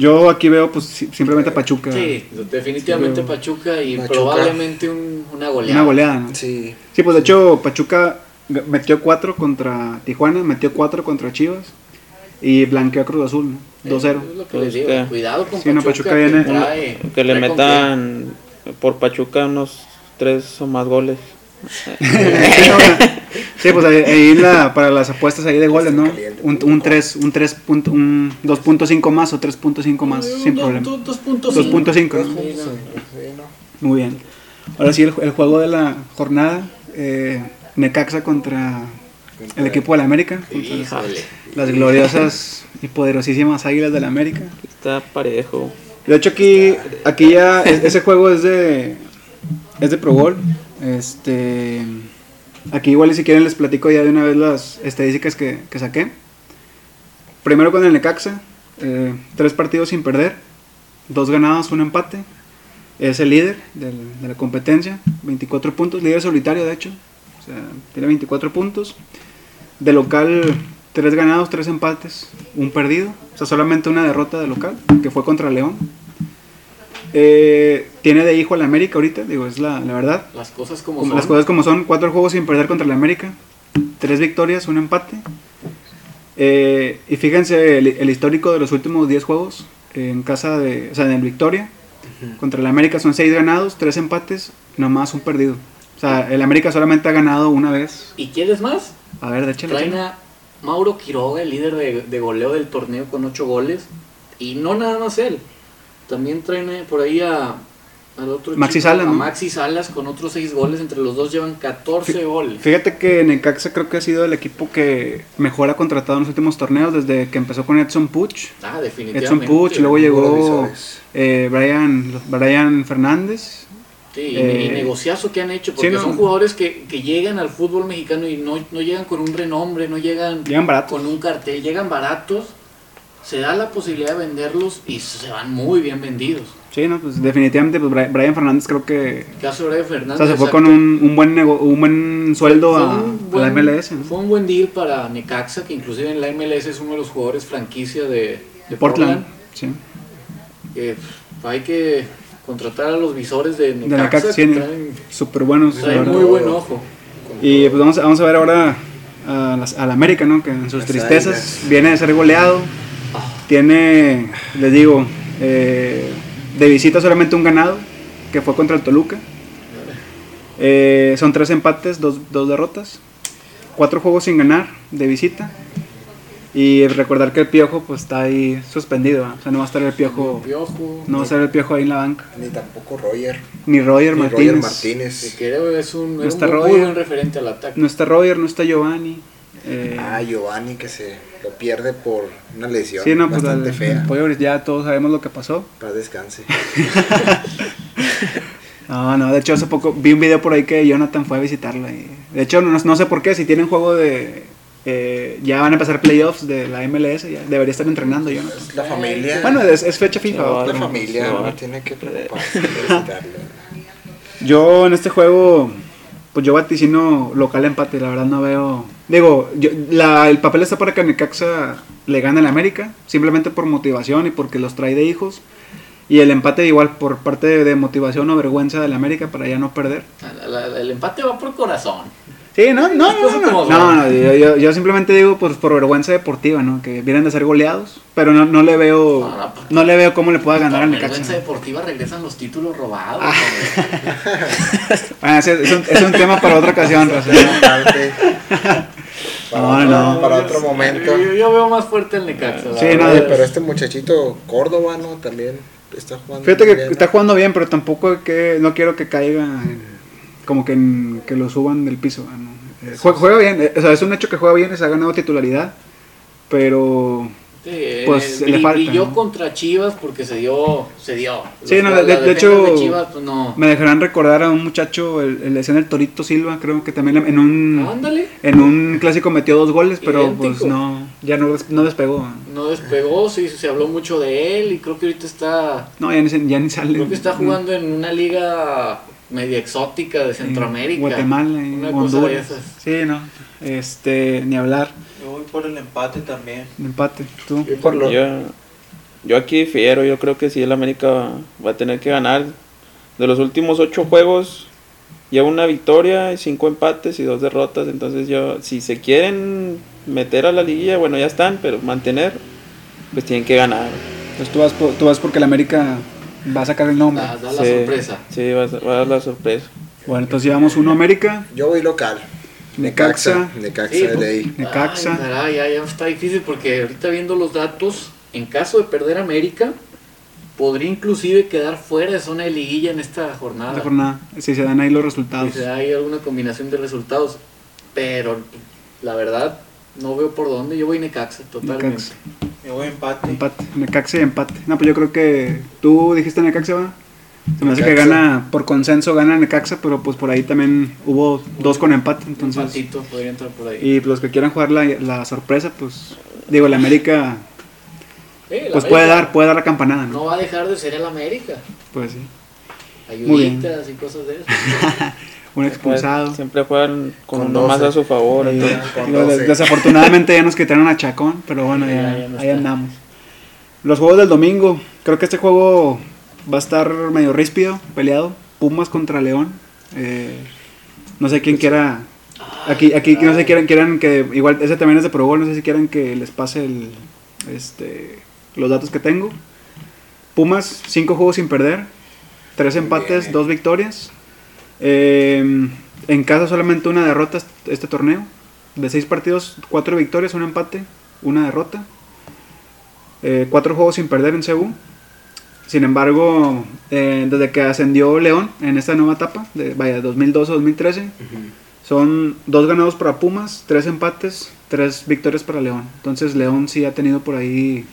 Speaker 1: Yo aquí veo pues si- simplemente a Pachuca.
Speaker 2: Sí, definitivamente
Speaker 1: Sí.
Speaker 2: Pachuca y
Speaker 4: Pachuca.
Speaker 2: probablemente un- una goleada.
Speaker 1: Una goleada, ¿no?
Speaker 4: Sí,
Speaker 1: Sí, pues de hecho Pachuca g- metió 4 contra Tijuana, metió 4 contra Chivas Y blanqueó a Cruz Azul, ¿no? 2-0.
Speaker 2: Eh, Es lo que les digo,
Speaker 3: Este,
Speaker 2: Cuidado con
Speaker 1: sí, no,
Speaker 2: Pachuca.
Speaker 1: Pachuca viene-
Speaker 2: que, trae-
Speaker 3: Que le
Speaker 2: trae con
Speaker 3: metan por Pachuca unos tres o más goles.
Speaker 1: sí, pues ahí, ahí en la- para las apuestas ahí de goles, ¿no?
Speaker 4: Caliente,
Speaker 1: Un, un 3, un 3 punto, un 2.5 más o 3.5 más,
Speaker 2: qué.
Speaker 1: sin
Speaker 2: Dos-
Speaker 1: problema.
Speaker 2: dos- dos puntos
Speaker 1: 2.5,
Speaker 2: cinco.
Speaker 1: ¿no?
Speaker 2: Sí, no.
Speaker 4: Sí, no.
Speaker 1: Muy bien. Ahora sí, el, el juego de la jornada, eh, Necaxa contra el equipo de la América, contra las,
Speaker 2: Híjole.
Speaker 1: las gloriosas y poderosísimas Águilas de la América.
Speaker 3: Está parejo.
Speaker 1: De hecho, aquí, aquí ya, es- ese juego es de, es de Pro Bowl. Este, aquí igual y si quieren les platico ya de una vez las estadísticas que, que saqué. Primero con el Necaxa, eh, tres partidos sin perder, dos ganados, un empate. Es el líder del- de la competencia, 24 puntos, líder solitario de hecho. O sea, tiene 24 puntos. De local, tres ganados, tres empates, un perdido. O sea, solamente una derrota de local, que fue contra León. Eh, tiene de hijo al América ahorita, digo, es la, la verdad.
Speaker 2: Las cosas como,
Speaker 1: Como-
Speaker 2: son.
Speaker 1: las cosas como son, cuatro juegos sin perder contra el América, tres victorias, un empate. Eh, y fíjense el, el histórico de los últimos 10 juegos eh, en casa de, o sea, en el Victoria. Contra el América son seis ganados, tres empates, nomás un perdido. O sea, el América solamente ha ganado una vez.
Speaker 2: ¿Y quieres más?
Speaker 1: A ver, échale.
Speaker 2: Traen
Speaker 1: échale.
Speaker 2: a Mauro Quiroga, el líder de, de goleo del torneo con 8 goles. Y no nada más él. También traen eh, por ahí a, al otro
Speaker 1: Maxi
Speaker 2: chico,
Speaker 1: Salas,
Speaker 2: a
Speaker 1: ¿no?
Speaker 2: Maxi Salas con otros 6 goles. Entre los dos llevan 14
Speaker 1: Fí-
Speaker 2: goles.
Speaker 1: Fíjate que Necaxa creo que ha sido el equipo que mejor ha contratado en los últimos torneos desde que empezó con Edson Puch.
Speaker 2: Ah,
Speaker 1: Edson
Speaker 2: definitivamente.
Speaker 1: Puch, luego llegó
Speaker 4: Visores.
Speaker 1: eh, Brian, Brian Fernández.
Speaker 2: Sí, y-
Speaker 1: eh,
Speaker 2: y negociazo que han hecho. Porque
Speaker 1: sí, no.
Speaker 2: son jugadores que, que llegan al fútbol mexicano y no, no llegan con un renombre, no llegan
Speaker 1: Llegan baratos.
Speaker 2: con un cartel, llegan baratos. Se da la posibilidad de venderlos y se van muy bien vendidos.
Speaker 1: Sí, no, pues definitivamente pues, Bri- Brian Fernández creo que
Speaker 2: Caso de
Speaker 1: o
Speaker 2: Fernández.
Speaker 1: sea, se fue
Speaker 2: exacto.
Speaker 1: con un, un buen nego- un buen sueldo a, a la MLS. ¿no?
Speaker 2: Fue un buen deal para Necaxa, que inclusive en la MLS es uno de los jugadores franquicia de, de
Speaker 1: Portland.
Speaker 2: Portland.
Speaker 1: Sí.
Speaker 2: Eh, hay que contratar a los visores de
Speaker 1: De la
Speaker 2: Necaxa,
Speaker 1: CAC
Speaker 2: que
Speaker 1: tiene
Speaker 2: traen,
Speaker 1: súper buenos. la
Speaker 2: traen
Speaker 1: verdad.
Speaker 2: muy buen ojo.
Speaker 1: Y pues vamos, vamos a ver ahora a, las- a la América, ¿no? Que en sus
Speaker 4: Las
Speaker 1: tristezas
Speaker 4: Águilas.
Speaker 1: viene de ser goleado. Tiene, les digo, eh, de visita solamente un ganado, que fue contra el Toluca. Eh, son tres empates, dos, dos derrotas. Cuatro juegos sin ganar de visita. Y recordar que el Piojo pues está ahí suspendido, ¿verdad? o sea, no va a estar el Piojo,
Speaker 2: Piojo.
Speaker 1: no va a estar el Piojo ahí en la banca.
Speaker 4: Ni tampoco Roger.
Speaker 1: Ni Roger,
Speaker 4: ni
Speaker 1: Martínez,
Speaker 4: Roger
Speaker 2: que
Speaker 4: Martínez.
Speaker 2: creo es un, era un
Speaker 1: está
Speaker 2: muy,
Speaker 1: Roger.
Speaker 2: buen referente al ataque.
Speaker 1: No está Roger, no está Giovanni. eh,
Speaker 4: Ah, Giovanni que se lo pierde por una lesión
Speaker 1: Sí, no, pues
Speaker 4: bastante
Speaker 1: al-
Speaker 4: fea.
Speaker 1: al pollo Briz- ya todos sabemos lo que pasó.
Speaker 4: Para descanse.
Speaker 1: No, no, de hecho hace poco vi un video por ahí que Jonathan fue a visitarlo. y- de hecho, no, no sé por qué, si tienen juego de... eh, ya van a empezar playoffs de la MLS, ya debería estar entrenando Jonathan.
Speaker 4: La familia.
Speaker 1: Bueno, es, es fecha FIFA.
Speaker 3: No,
Speaker 1: pero-
Speaker 4: la familia
Speaker 3: no.
Speaker 4: no, tiene que preocuparse de visitarlo.
Speaker 1: Yo en este juego, pues yo vaticino local empate, la verdad no veo... Digo, yo- la- el papel está para que Necaxa le gane al América, simplemente por motivación y porque los trae de hijos. Y el empate igual por parte de, de motivación o vergüenza del América para ya no perder.
Speaker 2: La- la- el empate va por corazón.
Speaker 1: Sí, no, no,
Speaker 2: Las
Speaker 1: no,
Speaker 2: cosas
Speaker 1: no, no,
Speaker 2: como
Speaker 1: no,
Speaker 2: son.
Speaker 1: no, yo, yo- yo simplemente digo pues por vergüenza deportiva, ¿no? Que vienen de ser goleados, pero no, no le veo,
Speaker 2: No, no, pues,
Speaker 1: no le veo cómo le pueda ganar
Speaker 2: La
Speaker 1: al
Speaker 2: vergüenza
Speaker 1: Necaxa.
Speaker 2: deportiva regresan los títulos robados. hombre.
Speaker 1: Ah, ese- es, un, es un tema para otra ocasión, Raza.
Speaker 4: Aparte, para,
Speaker 1: No,
Speaker 4: otro,
Speaker 1: no.
Speaker 4: para otro momento.
Speaker 2: Yo, yo veo más fuerte el Necaxa. la
Speaker 1: Sí,
Speaker 2: verdad.
Speaker 1: no,
Speaker 4: Oye, pero este muchachito Córdoba, ¿no? También está jugando.
Speaker 1: Fíjate que
Speaker 4: bien, ¿no?
Speaker 1: está jugando bien, pero tampoco que no quiero que caiga, en- como que, en- que lo suban del piso. ¿no? Eh, Juega, juega bien, eh, o sea, es un hecho que juega bien, se ha ganado titularidad, pero
Speaker 2: Sí,
Speaker 1: Pues,
Speaker 2: eh,
Speaker 1: le
Speaker 2: bri-
Speaker 1: falta,
Speaker 2: brilló
Speaker 1: ¿no?
Speaker 2: contra Chivas porque se dio, se dio.
Speaker 1: Sí,
Speaker 2: Los-
Speaker 1: no, de-
Speaker 2: la- la
Speaker 1: de
Speaker 2: defensa
Speaker 1: hecho,
Speaker 2: de Chivas, pues, no.
Speaker 1: me dejarán recordar a un muchacho, el, el, le decían el Torito Silva, creo que también en un...
Speaker 2: Ándale,
Speaker 1: En un clásico metió dos goles, pero pues
Speaker 2: Idéntico.
Speaker 1: no, ya no, des- no despegó.
Speaker 2: no despegó, sí, se habló mucho de él y creo que ahorita está,
Speaker 1: No, ya ni, se- ya ni sale.
Speaker 2: creo que está jugando en una liga media exótica de
Speaker 1: en
Speaker 2: Centroamérica.
Speaker 1: Guatemala, en
Speaker 2: una cosa de
Speaker 1: Honduras.
Speaker 2: esas.
Speaker 1: Sí, no, este, ni hablar,
Speaker 5: Yo voy por el empate también.
Speaker 1: empate, tú.
Speaker 4: Y por lo-
Speaker 3: Yo, yo aquí fiero, yo creo que sí, el América va, va a tener que ganar. De los últimos ocho juegos, lleva una victoria, y cinco empates y dos derrotas. Entonces, yo, si se quieren meter a la liguilla, bueno, ya están, pero mantener, pues tienen que ganar.
Speaker 1: Entonces tú vas, por- tú vas porque el América va a sacar el nombre.
Speaker 2: Da, da la
Speaker 3: Sí,
Speaker 2: sorpresa.
Speaker 3: Sí, va a, ser- va a dar la sorpresa.
Speaker 1: Bueno, entonces llevamos uno América,
Speaker 4: Yo voy local.
Speaker 1: Necaxa.
Speaker 4: Necaxa
Speaker 2: Sí,
Speaker 4: de
Speaker 2: pues.
Speaker 4: ahí.
Speaker 1: Necaxa.
Speaker 2: Ay, caray, ya, ya está difícil porque ahorita viendo los datos, en caso de perder América, podría inclusive quedar fuera de zona de liguilla en esta jornada.
Speaker 1: esta jornada, si se dan ahí los resultados.
Speaker 2: Si se da ahí alguna combinación de resultados. Pero la verdad, no veo por dónde. Yo voy Necaxa totalmente.
Speaker 1: Necaxa.
Speaker 5: Me voy a empate.
Speaker 1: Empate, Necaxa y empate. No, pues yo creo que tú dijiste Necaxa, ¿verdad? Se me hace que
Speaker 4: Necaxa.
Speaker 1: gana, por consenso gana Necaxa, pero pues por ahí también hubo dos con empate, entonces...
Speaker 2: Empatito podría entrar por ahí.
Speaker 1: Y los que quieran jugar la, la sorpresa, pues digo, el América
Speaker 2: Sí, el
Speaker 1: pues
Speaker 2: América
Speaker 1: puede dar, puede dar la campanada, ¿no?
Speaker 2: No va a dejar de ser el América.
Speaker 1: Pues sí. bien.
Speaker 2: Ayuditas y cosas de eso.
Speaker 1: Un expulsado.
Speaker 3: Siempre juegan con,
Speaker 4: Con
Speaker 3: uno más
Speaker 4: 12.
Speaker 3: a su favor.
Speaker 1: Y,
Speaker 3: entonces,
Speaker 4: Con
Speaker 1: digo, des-
Speaker 4: doce.
Speaker 1: desafortunadamente ya nos quitaron a Chacón, pero bueno,
Speaker 2: Sí,
Speaker 1: ya,
Speaker 2: ya, ya no
Speaker 1: ahí
Speaker 2: está.
Speaker 1: andamos. Los juegos del domingo, creo que este juego va a estar medio ríspido, peleado. Pumas contra León. Eh, no sé quién quiera. Aquí, aquí no sé quieran, quieran que. Igual, ese también es de Pro Bowl, no sé si quieran que les pase el, este, los datos que tengo. Pumas, 5 juegos sin perder, 3
Speaker 4: Muy
Speaker 1: empates,
Speaker 4: bien.
Speaker 1: 2 victorias. Eh, en casa solamente una derrota est- este torneo. De 6 partidos, 4 victorias, un empate, una derrota. 4 juegos sin perder en CU. Sin embargo, eh, desde que ascendió León en esta nueva etapa, de, vaya, 2012-2013, son dos ganados para Pumas, tres empates, tres victorias para León. Entonces León sí ha tenido por ahí,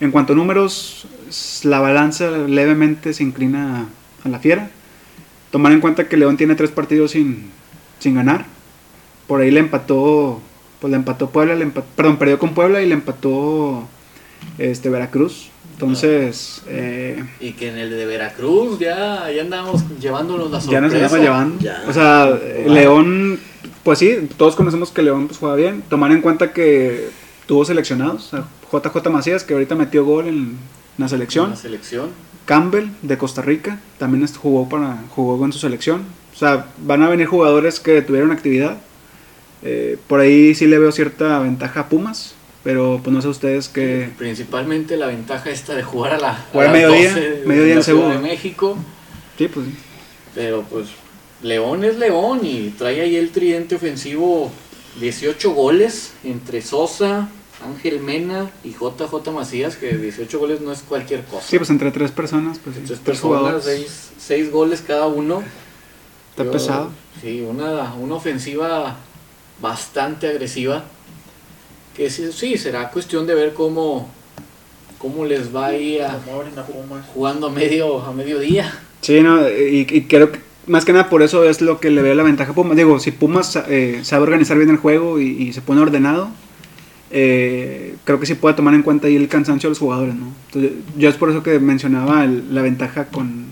Speaker 1: en cuanto a números, s- la balanza levemente se inclina a la fiera. Tomar en cuenta que León tiene tres partidos sin, sin ganar. Por ahí le empató, pues le empató Puebla, le empa- perdón, perdió con Puebla y le empató este, Veracruz. Entonces, eh,
Speaker 2: y que en el de Veracruz ya, ya andamos llevándonos la
Speaker 1: ya
Speaker 2: sorpresa.
Speaker 1: nos estamos llevando.
Speaker 4: Ya.
Speaker 1: O sea, eh, León, pues sí, todos conocemos que León pues, juega bien. Tomar en cuenta que tuvo seleccionados, a JJ Macías, que ahorita metió gol en la selección.
Speaker 2: La selección.
Speaker 1: Campbell, de Costa Rica, también est- jugó, para, jugó con su selección. O sea, van a venir jugadores que tuvieron actividad. Eh, por ahí sí le veo cierta ventaja a Pumas, pero pues no sé ustedes qué...
Speaker 2: Principalmente la ventaja esta de jugar a la
Speaker 1: Jugar
Speaker 2: a
Speaker 1: al
Speaker 2: las
Speaker 1: mediodía,
Speaker 2: 12 de
Speaker 1: mediodía
Speaker 2: la
Speaker 1: en
Speaker 2: Ciudad
Speaker 1: Seúl.
Speaker 2: de México,
Speaker 1: Sí, pues
Speaker 2: pero pues León es León y trae ahí el tridente ofensivo 18 goles entre Sosa, Ángel Mena y JJ Macías, que 18 goles no es cualquier cosa.
Speaker 1: sí, pues entre tres personas, pues sí,
Speaker 2: Entonces,
Speaker 1: tres
Speaker 2: personas,
Speaker 1: jugadores.
Speaker 2: 6 goles cada uno.
Speaker 1: Está
Speaker 2: Yo-
Speaker 1: pesado.
Speaker 2: Sí, una, una ofensiva bastante agresiva. Que sí, sí, será cuestión de ver cómo, cómo les va ahí a-
Speaker 5: Me abren a Pumas.
Speaker 2: jugando a medio a mediodía.
Speaker 1: Sí, no, y, y creo que más que nada por eso es lo que le veo la ventaja a Pumas. Digo, si Pumas eh, sabe organizar bien el juego y, y se pone ordenado, eh, creo que sí puede tomar en cuenta ahí el cansancio de los jugadores, ¿no? Entonces, yo es por eso que mencionaba el- la ventaja con,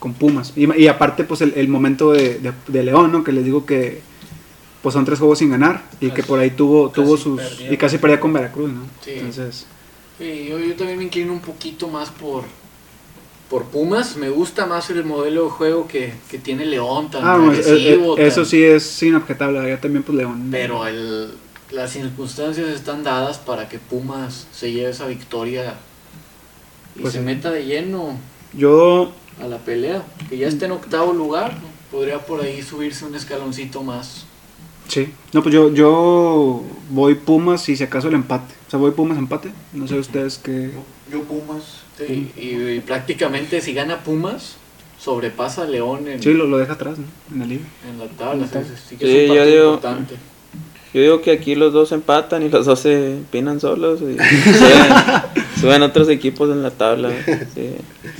Speaker 1: con Pumas. Y, ma- y aparte, pues el, el momento de, de- de León, ¿no? Que les digo que pues son tres juegos sin ganar y que
Speaker 5: Casi-
Speaker 1: por ahí tuvo,
Speaker 5: casi
Speaker 1: tuvo sus...
Speaker 5: perdieron.
Speaker 1: Y casi perdía con Veracruz, ¿no?
Speaker 2: Sí.
Speaker 1: Entonces,
Speaker 2: Sí, Eh, yo, yo también me inclino un poquito más por, por Pumas. Me gusta más el modelo de juego que, que tiene León, tan
Speaker 1: ah, no, es- es-
Speaker 2: agresivo.
Speaker 1: eso
Speaker 2: tan-
Speaker 1: sí es inobjetable, ya también pues León.
Speaker 2: Pero el- las circunstancias están dadas para que Pumas se lleve esa victoria y
Speaker 1: Pues
Speaker 2: se
Speaker 1: sí.
Speaker 2: meta de lleno
Speaker 1: Yo
Speaker 2: a la pelea. Que ya esté en octavo lugar, podría por ahí subirse un escaloncito más.
Speaker 1: Sí. No, pues yo, yo voy Pumas y si acaso el empate. O sea, voy Pumas empate. No sé ustedes qué.
Speaker 5: Yo, yo Pumas.
Speaker 2: Sí, y, y prácticamente si gana Pumas, sobrepasa a León en,
Speaker 1: Sí, lo, lo deja atrás, ¿no? En la liga.
Speaker 2: en la tabla.
Speaker 1: En la tabla.
Speaker 2: Sí, sí que es
Speaker 3: Sí,
Speaker 2: un
Speaker 3: yo
Speaker 2: partido
Speaker 3: digo-
Speaker 2: importante.
Speaker 3: Yo digo que aquí los dos empatan y los dos se pinan solos y suben, suben otros equipos en la tabla. sí.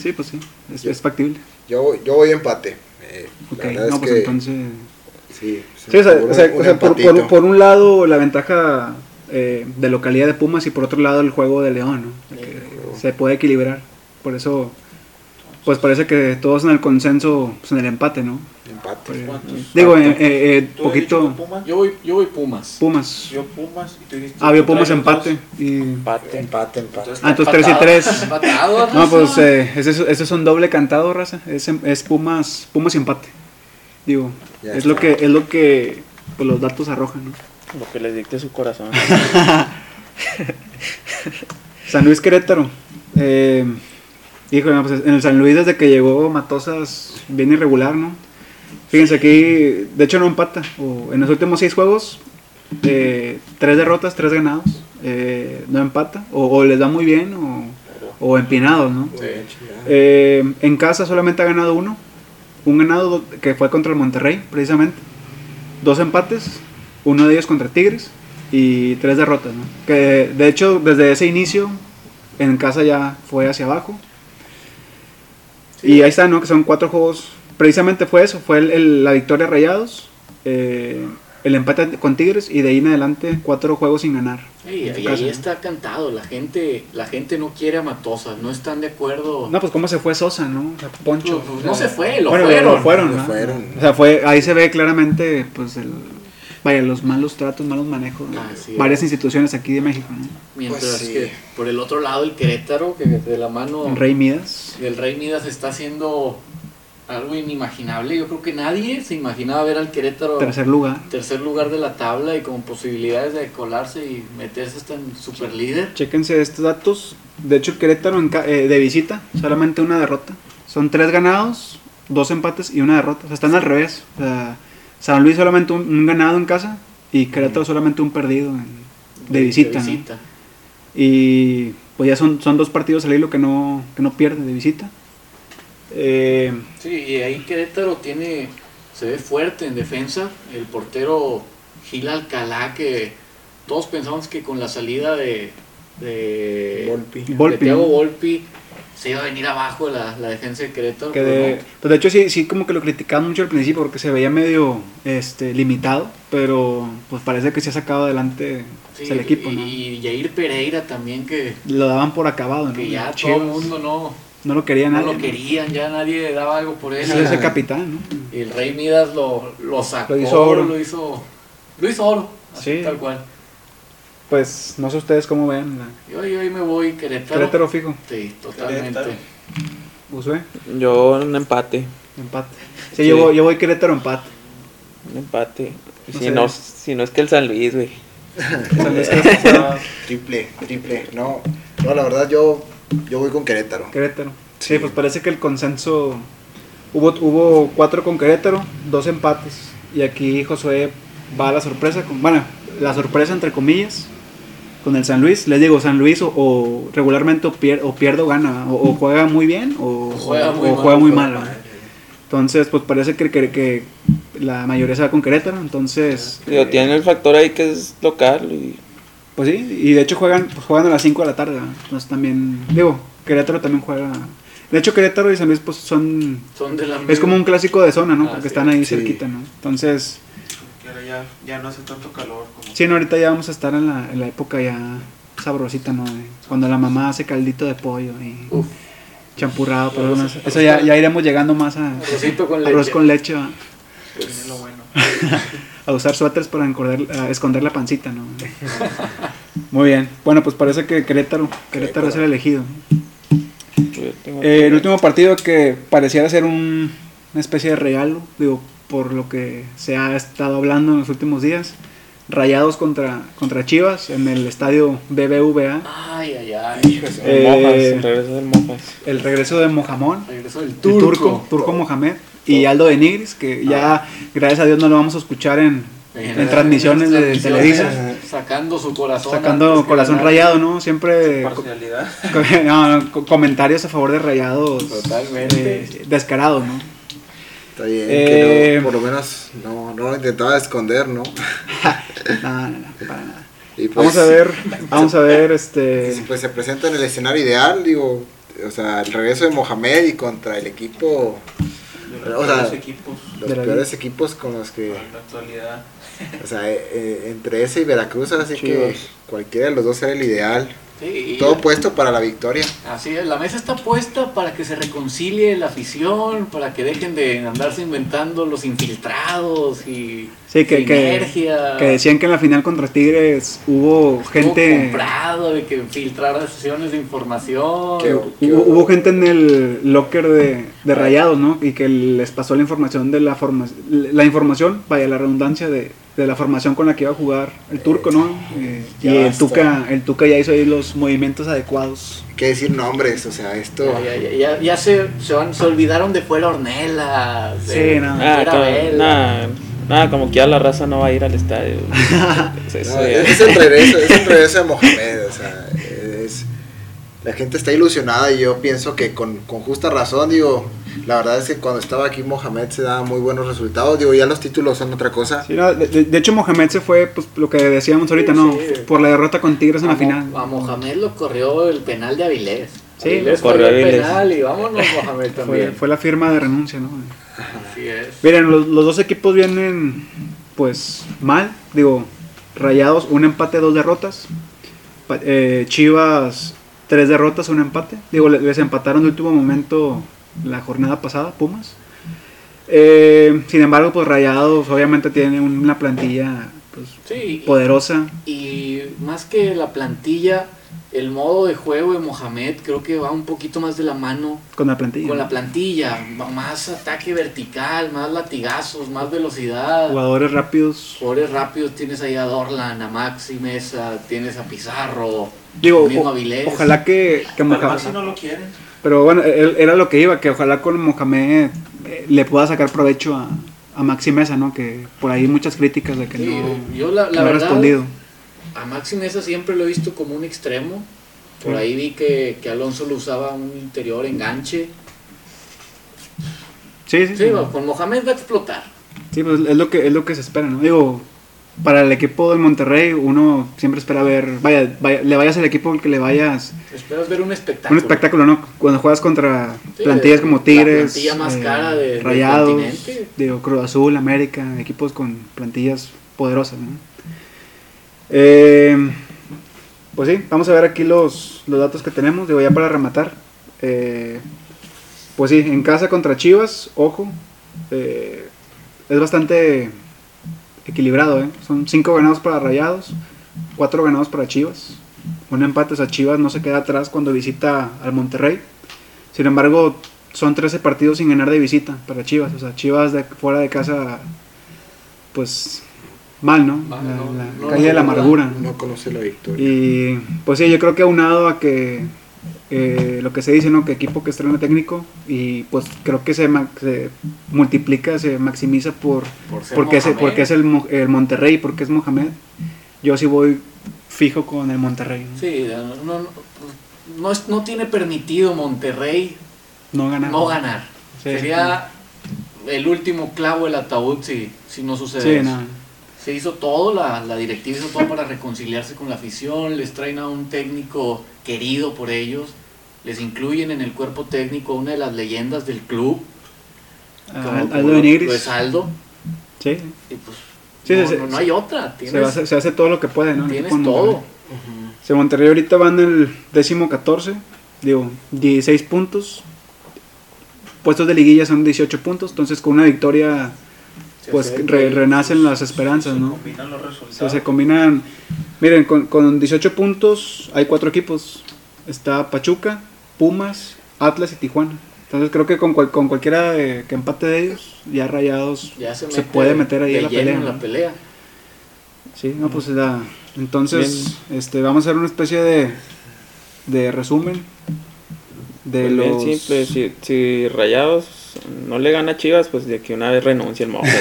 Speaker 1: Sí, pues sí. Es, es factible.
Speaker 4: Yo, yo voy empate. Eh,
Speaker 1: Ok.
Speaker 4: la verdad
Speaker 1: No,
Speaker 4: es
Speaker 1: pues
Speaker 4: que.
Speaker 1: entonces.
Speaker 4: Sí, se
Speaker 1: Sí, o sea,
Speaker 4: me ocurre
Speaker 1: o sea,
Speaker 4: un
Speaker 1: o sea, por, por-
Speaker 4: empatito.
Speaker 1: por un lado la ventaja eh, de localidad de Pumas y por otro lado el juego de León, ¿no? O sea, que se puede equilibrar. Por eso, pues parece que todos en el consenso, pues en el empate, ¿no?
Speaker 4: Empate.
Speaker 1: Pues,
Speaker 5: ¿Cuántos?
Speaker 1: digo, eh, eh, eh,
Speaker 5: ¿Tú habías dicho
Speaker 1: poquito
Speaker 5: que Pumas?
Speaker 2: Yo voy, yo voy Pumas.
Speaker 1: Pumas.
Speaker 5: Yo Pumas y tú dijiste
Speaker 1: Ah, vio
Speaker 5: que
Speaker 1: Pumas
Speaker 5: traen
Speaker 1: empate.
Speaker 5: dos.
Speaker 1: Y
Speaker 3: Empate.
Speaker 4: Empate, empate.
Speaker 5: Entonces,
Speaker 1: Ah, entonces 3 y 3.
Speaker 2: Empatado,
Speaker 1: No, pues
Speaker 2: raza.
Speaker 1: eh, ese, es- ese es un doble cantado, raza. Es, em- es Pumas, Pumas y empate. Digo,
Speaker 4: Ya
Speaker 1: es lo
Speaker 4: está.
Speaker 1: que es lo que pues, los datos arrojan, ¿no?
Speaker 3: Lo que les dicte su corazón.
Speaker 1: San Luis Querétaro. Eh, híjole, no, pues en el San Luis desde que llegó Matosas, bien irregular, ¿no? Fíjense aquí, de hecho no empata. o en los últimos seis juegos, eh, tres derrotas, tres ganados. eh, no empata. O, o les va muy bien o, o empinados, ¿no?
Speaker 4: Güey, chingada.
Speaker 1: Eh, en casa solamente ha ganado uno. Un ganado do- que fue contra el Monterrey, precisamente. Dos empates, uno de ellos contra Tigres y tres derrotas. ¿no? Que de hecho, desde ese inicio, en casa ya fue hacia abajo. Y ahí está, ¿no? Que son cuatro juegos. Precisamente fue eso: fue el- el- la victoria a Rayados, eh, el empate con Tigres y de ahí en adelante cuatro juegos sin ganar.
Speaker 2: Sí,
Speaker 1: en tu
Speaker 2: y
Speaker 1: casa,
Speaker 2: ahí
Speaker 1: ¿no?
Speaker 2: está cantado, la gente, la gente no quiere a Matosas, no están de acuerdo.
Speaker 1: No, pues cómo se fue Sosa, ¿no? O sea, Poncho.
Speaker 2: Pues,
Speaker 1: o sea,
Speaker 2: no se fue, lo
Speaker 1: bueno,
Speaker 2: fueron.
Speaker 1: Lo fueron,
Speaker 4: Lo
Speaker 1: ¿no?
Speaker 4: fueron.
Speaker 1: O sea, fue, ahí se ve claramente, pues, el, vaya, los malos tratos, malos manejos de
Speaker 2: Así es.
Speaker 1: varias instituciones aquí de México, ¿no?
Speaker 2: Mientras
Speaker 4: Pues sí.
Speaker 2: que por el otro lado el Querétaro, que de la mano
Speaker 1: El Rey Midas.
Speaker 2: del Rey Midas está haciendo algo inimaginable. Yo creo que nadie se imaginaba ver al Querétaro en
Speaker 1: Tercer lugar.
Speaker 2: tercer lugar de la tabla y con posibilidades de colarse y meterse hasta en super líder.
Speaker 1: Chéquense estos datos. De hecho, el Querétaro en ca- eh, de visita, solamente una derrota. Son tres ganados, dos empates y una derrota. O sea, están al revés. O sea, San Luis solamente un, un ganado en casa y Querétaro solamente un perdido en- de visita, ¿no? Y pues ya son, son dos partidos al hilo que no, que no pierde de visita. Eh,
Speaker 2: Sí, y ahí Querétaro tiene, se ve fuerte en defensa. El portero Gil Alcalá, que todos pensamos que con la salida de, de,
Speaker 4: Volpi.
Speaker 2: de
Speaker 1: Volpi,
Speaker 2: Thiago
Speaker 1: ¿no?
Speaker 2: Volpi se iba a venir abajo la, la defensa de Querétaro.
Speaker 1: Que
Speaker 2: pero
Speaker 1: de, pues de hecho sí, sí como que lo criticaban mucho al principio porque se veía medio este, limitado, pero pues parece que se ha sacado adelante
Speaker 2: no.
Speaker 1: pues,
Speaker 2: Sí,
Speaker 1: el equipo,
Speaker 2: y,
Speaker 1: ¿no?
Speaker 2: y Jair Pereira también, que,
Speaker 1: Lo daban por acabado, Ah, ¿no?
Speaker 2: que ya
Speaker 1: Chivas.
Speaker 2: todo el mundo no,
Speaker 1: No lo quería
Speaker 2: no
Speaker 1: nadie.
Speaker 2: lo querían, ya nadie daba algo por él.
Speaker 1: Es ese capitán, ¿no?
Speaker 2: Y el Rey Midas lo, lo sacó,
Speaker 1: Lo hizo oro.
Speaker 2: Lo hizo, lo hizo oro, así
Speaker 1: Sí.
Speaker 2: tal cual.
Speaker 1: Pues no sé ustedes cómo vean. la-
Speaker 2: Yo, yo ahí me voy Querétaro.
Speaker 1: Querétaro fijo,
Speaker 2: Sí, totalmente.
Speaker 5: Querétaro.
Speaker 1: Usue,
Speaker 3: Yo un empate.
Speaker 1: empate. Sí, Yo, voy, yo voy Querétaro empate.
Speaker 3: Un empate. Y
Speaker 1: No
Speaker 3: si,
Speaker 1: sé.
Speaker 3: no, si no es que el San Luis, güey.
Speaker 1: San Luis Querétaro.
Speaker 4: Triple, triple. No, no, la verdad yo, yo voy con Querétaro.
Speaker 1: Querétaro. Sí, pues parece que el consenso hubo, hubo cuatro con Querétaro, dos empates. Y aquí Josué va a la sorpresa, con, bueno, la sorpresa entre comillas, con el San Luis. Les digo, San Luis o, o regularmente o, pier- o pierde o gana, o, o juega muy bien o,
Speaker 2: O juega
Speaker 1: o
Speaker 2: muy mal,
Speaker 1: juega muy
Speaker 2: juega
Speaker 1: mal. ¿verdad? Entonces, pues parece que, que, que la mayoría se va con Querétaro. Entonces,
Speaker 3: Digo,
Speaker 1: eh,
Speaker 3: tienen el factor ahí que es local y
Speaker 1: pues sí, y de hecho juegan, pues juegan a las 5 de la tarde, ¿verdad? entonces también, digo, Querétaro también juega. De hecho, Querétaro y San Luis pues son,
Speaker 2: Son de la
Speaker 1: es como un clásico de zona, ¿no?
Speaker 2: Ah,
Speaker 1: Porque
Speaker 2: sí.
Speaker 1: están ahí
Speaker 4: Sí.
Speaker 1: cerquita, ¿no? Entonces,
Speaker 5: Que ahora ya, ya no hace tanto calor como...
Speaker 1: sí, no, ahorita ya vamos a estar en la, en la época ya sabrosita, ¿no? De cuando la mamá hace caldito de pollo y
Speaker 2: Uf.
Speaker 1: champurrado, perdón, eso, eso ya, ya iremos llegando más a
Speaker 2: Arrocito con
Speaker 1: arroz
Speaker 2: leche.
Speaker 1: con leche, ¿va?
Speaker 5: Tiene lo bueno.
Speaker 1: a usar suéteres para encordar- a esconder la pancita, ¿no? Muy bien, bueno, pues parece que Querétaro, Querétaro es el elegido. ¿no?
Speaker 3: yo tengo
Speaker 1: Eh, el último partido que pareciera ser un- una especie de regalo, digo, por lo que se ha estado hablando en los últimos días. Rayados contra, contra Chivas en el estadio BBVA.
Speaker 2: Ay, ay, ay.
Speaker 3: el
Speaker 1: eh,
Speaker 3: Mojas, regreso del Mojas.
Speaker 1: El regreso de Mojamón,
Speaker 2: Regreso del
Speaker 1: el
Speaker 2: turco.
Speaker 1: turco, turco Mohamed y Aldo de Nigris, que ya, gracias a Dios, no lo vamos a escuchar en, en
Speaker 2: Eh,
Speaker 1: transmisiones de Televisa.
Speaker 2: Sacando su corazón. antes
Speaker 1: Sacando
Speaker 2: que
Speaker 1: corazón
Speaker 2: ganar.
Speaker 1: rayado, ¿no? Siempre co-
Speaker 5: Parcialidad.
Speaker 1: co- no, no, co- comentarios a favor de rayados.
Speaker 2: Totalmente.
Speaker 1: eh, descarados, ¿no?
Speaker 4: Está bien,
Speaker 1: Eh,
Speaker 4: que no, por lo menos no, no lo intentaba esconder, ¿no?
Speaker 1: Nada, nada, para nada.
Speaker 4: Y pues,
Speaker 1: Vamos a ver, vamos a ver, este.
Speaker 4: si, Pues se presenta en el escenario ideal, digo, o sea, el regreso de Mohamed y contra el equipo,
Speaker 5: De
Speaker 4: O
Speaker 5: los
Speaker 4: sea,
Speaker 5: dos equipos
Speaker 4: los
Speaker 1: De la
Speaker 4: peores equipos con los que,
Speaker 5: en la actualidad.
Speaker 4: o sea, eh, eh, entre ese y Veracruz, así que
Speaker 3: Chivas.
Speaker 4: cualquiera de los dos era el ideal.
Speaker 2: Sí, y-
Speaker 4: Todo puesto para la victoria.
Speaker 2: Así es, la mesa está puesta para que se reconcilie la afición, para que dejen de andarse inventando los infiltrados y
Speaker 1: Sí, que, que,
Speaker 2: sinergia.
Speaker 1: que decían que en la final contra Tigres hubo
Speaker 2: Estuvo
Speaker 1: gente.
Speaker 2: comprado de que filtraran sesiones de información.
Speaker 4: Que-
Speaker 1: Hubo, hubo gente en el locker de, de rayados, ¿no? Y que les pasó la información de la forma, la información, vaya la redundancia de, de la formación con la que iba a jugar el turco, ¿no? Eh, y
Speaker 4: Ya
Speaker 1: el
Speaker 4: basta.
Speaker 1: Tuca, el Tuca ya hizo ahí los movimientos adecuados.
Speaker 4: Hay que decir nombres, o sea, esto.
Speaker 2: Ya, ya, ya- ya- ya se, se, van- se olvidaron de Fuela Ornella. De,
Speaker 1: Sí, no.
Speaker 2: Fuera Vela.
Speaker 3: Ah, nada, nada, como que ya la raza no va a ir al estadio. Eso
Speaker 4: No,
Speaker 3: ya.
Speaker 4: es el regreso, es el regreso de Mohamed, o sea, es- la gente está ilusionada y yo pienso que con, con justa razón, digo, la verdad es que cuando estaba aquí Mohamed se daba muy buenos resultados, digo, ya los títulos son otra cosa.
Speaker 1: Sí, no, de, de- de hecho, Mohamed se fue, pues lo que decíamos ahorita,
Speaker 2: Sí,
Speaker 1: ¿no?
Speaker 2: sí.
Speaker 1: Por la derrota con Tigres en
Speaker 2: A
Speaker 1: la
Speaker 2: Mo-
Speaker 1: final.
Speaker 2: A Mohamed lo corrió el penal de Avilés.
Speaker 1: Sí,
Speaker 2: Avilés
Speaker 3: lo corrió
Speaker 2: falló el
Speaker 3: Avilés.
Speaker 2: penal y vámonos
Speaker 1: Fue,
Speaker 2: Mohamed también.
Speaker 1: fue la firma de renuncia, ¿no?
Speaker 2: Así es.
Speaker 1: Miren, los, los dos equipos vienen, pues, mal. Digo, rayados, un empate, dos derrotas. Pa- eh, Chivas, tres derrotas, un empate. Digo, le- les empataron de último momento la jornada pasada, Pumas. Eh, sin embargo, pues Rayados obviamente tiene un- una plantilla pues,
Speaker 2: Sí, y-
Speaker 1: poderosa.
Speaker 2: y más que la plantilla, el modo de juego de Mohamed creo que va un poquito más de la mano
Speaker 1: Con la plantilla.
Speaker 2: con la plantilla. Va Más ataque vertical, más latigazos, más velocidad.
Speaker 1: Jugadores rápidos.
Speaker 2: Jugadores rápidos, tienes ahí a Dorlan, a Maxi Mesa, tienes a Pizarro,
Speaker 1: Digo,
Speaker 2: mismo
Speaker 1: o-
Speaker 2: Avilés.
Speaker 1: ojalá que, que
Speaker 5: Al
Speaker 1: Mohamed-
Speaker 5: Maxi no lo quieren.
Speaker 1: Pero bueno, él- era lo que iba, que ojalá con Mohamed eh, le pueda sacar provecho a, a Maxi Mesa, ¿no? Que por ahí muchas críticas de que
Speaker 2: Sí,
Speaker 1: no,
Speaker 2: yo la,
Speaker 1: no
Speaker 2: la
Speaker 1: ha
Speaker 2: verdad,
Speaker 1: respondido.
Speaker 2: a Maxi Mesa siempre lo he visto como un extremo. Por
Speaker 1: Sí.
Speaker 2: ahí vi que, que Alonso lo usaba un interior enganche.
Speaker 1: Sí, sí, sí.
Speaker 2: Sí, va, pues. con Mohamed va a explotar.
Speaker 1: Sí, pues es lo que es lo que se espera, ¿no? Digo, para el equipo del Monterrey uno siempre espera ver, vaya, vaya- le vayas al equipo al que le vayas,
Speaker 2: Esperas ver un espectáculo.
Speaker 1: un espectáculo, ¿no? Cuando juegas contra
Speaker 2: Sí,
Speaker 1: plantillas como
Speaker 2: la
Speaker 1: Tigres, eh,
Speaker 2: plantilla más cara de- del
Speaker 1: Rayados,
Speaker 2: continente.
Speaker 1: digo, Cruz Azul, América, equipos con plantillas poderosas, ¿no? Eh, pues sí, vamos a ver aquí los, los datos que tenemos, digo, ya para rematar. Eh, pues sí, en casa contra Chivas, ojo, eh, es bastante equilibrado, ¿eh? Son 5 ganados para Rayados, 4 ganados para Chivas. Un empate, o sea, Chivas no se queda atrás cuando visita al Monterrey. Sin embargo, son 13 partidos sin ganar de visita para Chivas. O sea, Chivas de, fuera de casa, pues mal, ¿no?
Speaker 2: Mal,
Speaker 1: la
Speaker 2: no,
Speaker 1: la
Speaker 2: no,
Speaker 1: calle de la
Speaker 2: no,
Speaker 1: amargura.
Speaker 4: No conoce la victoria.
Speaker 1: Y pues sí, yo creo que aunado a que eh, lo que se dice, ¿no? Que equipo que estrena técnico y pues creo que se, ma- se multiplica, se maximiza por
Speaker 2: Por ser
Speaker 1: porque es,
Speaker 2: Mohamed.
Speaker 1: porque es el, Mo- el Monterrey, porque es Mohamed. Yo sí voy fijo con el Monterrey. No,
Speaker 2: Sí, no, no, no- no es- no tiene permitido Monterrey
Speaker 1: No ganar.
Speaker 2: no ganar.
Speaker 1: Sí,
Speaker 2: Sería el último clavo del ataúd si, si no sucede
Speaker 1: Sí,
Speaker 2: eso.
Speaker 1: nada.
Speaker 2: Se hizo todo, la, la directiva hizo todo para reconciliarse con la afición, les traen a un técnico querido por ellos, les incluyen en el cuerpo técnico a una de las leyendas del club,
Speaker 1: Ah,
Speaker 2: como- pues,
Speaker 1: Aldo
Speaker 2: como
Speaker 1: Benigris.
Speaker 2: lo es Aldo,
Speaker 1: Sí, sí.
Speaker 2: y pues
Speaker 1: Sí,
Speaker 2: no,
Speaker 1: sí,
Speaker 2: no-
Speaker 1: sí.
Speaker 2: no hay otra,
Speaker 1: se,
Speaker 2: tienes,
Speaker 1: hace, se hace todo lo que puede, ¿no? El
Speaker 2: tienes
Speaker 1: equipo de Monterrey.
Speaker 2: todo.
Speaker 1: Si Monterrey ahorita va en el décimo 14, digo, 16 puntos. Puestos de liguilla son 18 puntos, entonces con una victoria
Speaker 2: Se
Speaker 1: pues
Speaker 2: hace-
Speaker 1: re- renacen las esperanzas,
Speaker 5: Se
Speaker 1: Pues ¿no?
Speaker 5: combinan los
Speaker 1: O
Speaker 5: resultados.
Speaker 1: sea, se combinan, miren, con, con 18 puntos hay cuatro equipos. Está Pachuca, Pumas, Atlas y Tijuana. Entonces creo que con, cual- con cualquiera de- que empate de ellos, ya rayados,
Speaker 2: ya se,
Speaker 1: se
Speaker 2: mete
Speaker 1: puede meter ahí
Speaker 2: de
Speaker 1: a la
Speaker 2: lleno
Speaker 1: pelea.
Speaker 2: en
Speaker 1: ¿no?
Speaker 2: la pelea.
Speaker 1: Sí, no, pues la- Entonces, este, vamos a hacer una especie de, de resumen de
Speaker 3: Pues bien
Speaker 1: los.
Speaker 3: simple, si, si Rayados no le gana a Chivas, pues de que una vez renuncia el Mohamed.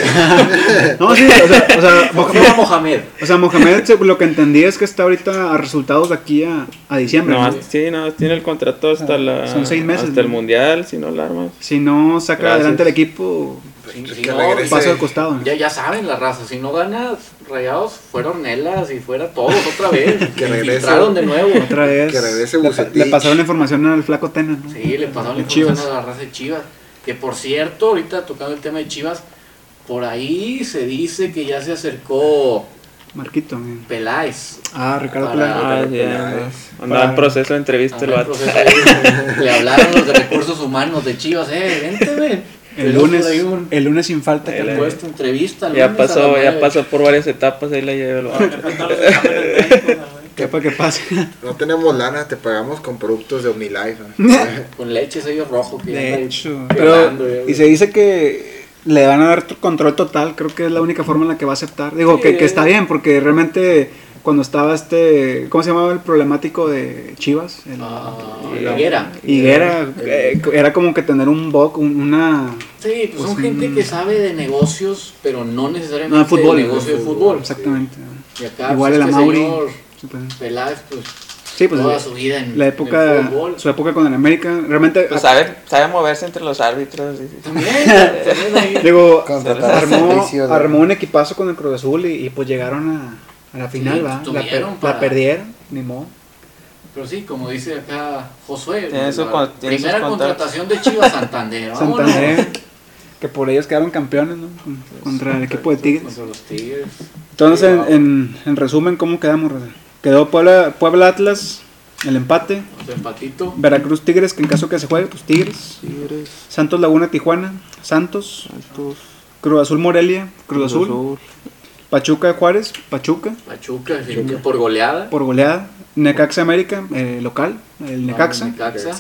Speaker 1: No, sí, o sea, o sea, Mohamed,
Speaker 2: Mohamed a Mohamed.
Speaker 1: o sea, Mohamed, se- lo que entendí es que está ahorita a resultados de aquí a, a diciembre.
Speaker 3: No,
Speaker 1: ¿no?
Speaker 3: más- sí, no, tiene el contrato hasta
Speaker 1: Ah,
Speaker 3: la
Speaker 1: son seis meses,
Speaker 3: hasta el
Speaker 1: ¿no?
Speaker 3: mundial, si no la armas.
Speaker 1: Si no saca
Speaker 3: Gracias.
Speaker 1: adelante el equipo,
Speaker 2: Si- si
Speaker 4: que
Speaker 2: no, pues,
Speaker 4: regrese.
Speaker 1: paso
Speaker 4: Sí.
Speaker 1: al costado. ¿no?
Speaker 2: Ya, ya saben la raza, si no ganas rayados, fuera Ornelas y fuera todos otra vez. Se
Speaker 4: Que regrese.
Speaker 2: infiltraron de nuevo.
Speaker 1: Otra vez.
Speaker 4: Que regrese
Speaker 1: le,
Speaker 4: Bucetich.
Speaker 1: le pasaron la información al flaco Tena, ¿no?
Speaker 2: Sí, le pasaron la
Speaker 1: De Chivas.
Speaker 2: información a la raza de Chivas. Que por cierto, ahorita tocando el tema de Chivas, por ahí se dice que ya se acercó
Speaker 1: Marquito. ¿no?
Speaker 2: Peláez.
Speaker 1: Ah, Ricardo
Speaker 2: Para-
Speaker 1: Peláez.
Speaker 3: Ah,
Speaker 4: Ricardo
Speaker 3: ya,
Speaker 4: Peláez.
Speaker 3: no. Andaba en
Speaker 1: Para-
Speaker 3: proceso de entrevista
Speaker 1: Este
Speaker 3: el
Speaker 6: Ah,
Speaker 2: Andaba en
Speaker 3: vato.
Speaker 2: proceso ahí. Le hablaron los de recursos humanos de Chivas, eh, vente, ven.
Speaker 1: El
Speaker 2: Tenemos
Speaker 1: lunes,
Speaker 2: por ahí un-
Speaker 1: el lunes sin falta. que
Speaker 3: El-
Speaker 1: le-
Speaker 2: Pues tu entrevista. el
Speaker 3: Ya
Speaker 2: lunes a las
Speaker 3: pasó, ya
Speaker 2: nueve.
Speaker 3: pasó por varias etapas, ahí la llevé el vato.
Speaker 5: Te pintan los exámenes médicos, güey.
Speaker 1: que para que pase.
Speaker 4: No tenemos lana, te pagamos con productos de OmniLife. ¿eh?
Speaker 2: Con leche sello rojo. Que
Speaker 1: De
Speaker 2: anda ahí
Speaker 1: hecho,
Speaker 2: violando,
Speaker 1: pero-
Speaker 2: ya,
Speaker 1: y se dice que le van a dar t- control total, creo que es la única forma en la que va a aceptar. Digo, que,
Speaker 2: eh.
Speaker 1: que está bien, porque realmente cuando estaba este, ¿cómo se llamaba el problemático de Chivas? El-
Speaker 2: Ah,
Speaker 3: Eh,
Speaker 2: Higuera.
Speaker 1: Higuera, eh, era como que tener un boc, un- una...
Speaker 2: Sí, pues son
Speaker 1: Pues,
Speaker 2: gente
Speaker 1: mm.
Speaker 2: que sabe de negocios, pero no necesariamente
Speaker 1: No, de fútbol.
Speaker 2: de negocio de fútbol.
Speaker 1: Exactamente.
Speaker 2: Y acá,
Speaker 1: Igual el
Speaker 2: pues, este
Speaker 1: Amauri.
Speaker 2: señor
Speaker 1: Sí, pues,
Speaker 2: Peláez, pues,
Speaker 1: sí, pues,
Speaker 2: toda su vida
Speaker 1: la
Speaker 2: en en el
Speaker 1: época,
Speaker 2: fútbol.
Speaker 1: su época con el América, realmente... ah,
Speaker 6: Pues sabe, sabe moverse entre los árbitros. dice.
Speaker 2: También, también ahí.
Speaker 1: Digo,
Speaker 4: Contratar
Speaker 1: armó,
Speaker 4: servicios, ¿no?
Speaker 1: armó un equipazo con el Cruz Azul y, y pues llegaron a, a la final,
Speaker 2: Sí,
Speaker 1: ¿va? La,
Speaker 2: tuvieron
Speaker 1: per- la
Speaker 2: para-
Speaker 1: perdieron, ni modo.
Speaker 2: Pero sí, como dice acá Josué,
Speaker 6: Tiene su
Speaker 2: la
Speaker 6: con- tiene sus
Speaker 2: primera
Speaker 6: contratos.
Speaker 2: contratación de Chivas Santander. vámonos.
Speaker 1: Santander, que por ellos quedaron campeones, ¿no? Con- Contra el equipo de Tigres.
Speaker 2: Contra los Tigres.
Speaker 1: Entonces, en, en- en resumen, ¿cómo quedamos? Raza? Quedó Puebla, Puebla Atlas, el empate.
Speaker 2: Los empatito.
Speaker 1: Veracruz Tigres, que en caso que se juegue, pues Tigres.
Speaker 3: Tigres,
Speaker 1: Santos Laguna Tijuana, Santos.
Speaker 3: Santos,
Speaker 1: Cruz Azul Morelia, Cruz, Azul. Pachuca Juárez, Pachuca.
Speaker 2: Pachuca, Pachuca por goleada.
Speaker 1: Por goleada. Necaxa América, eh, local, el Necaxa.
Speaker 2: Necaxa.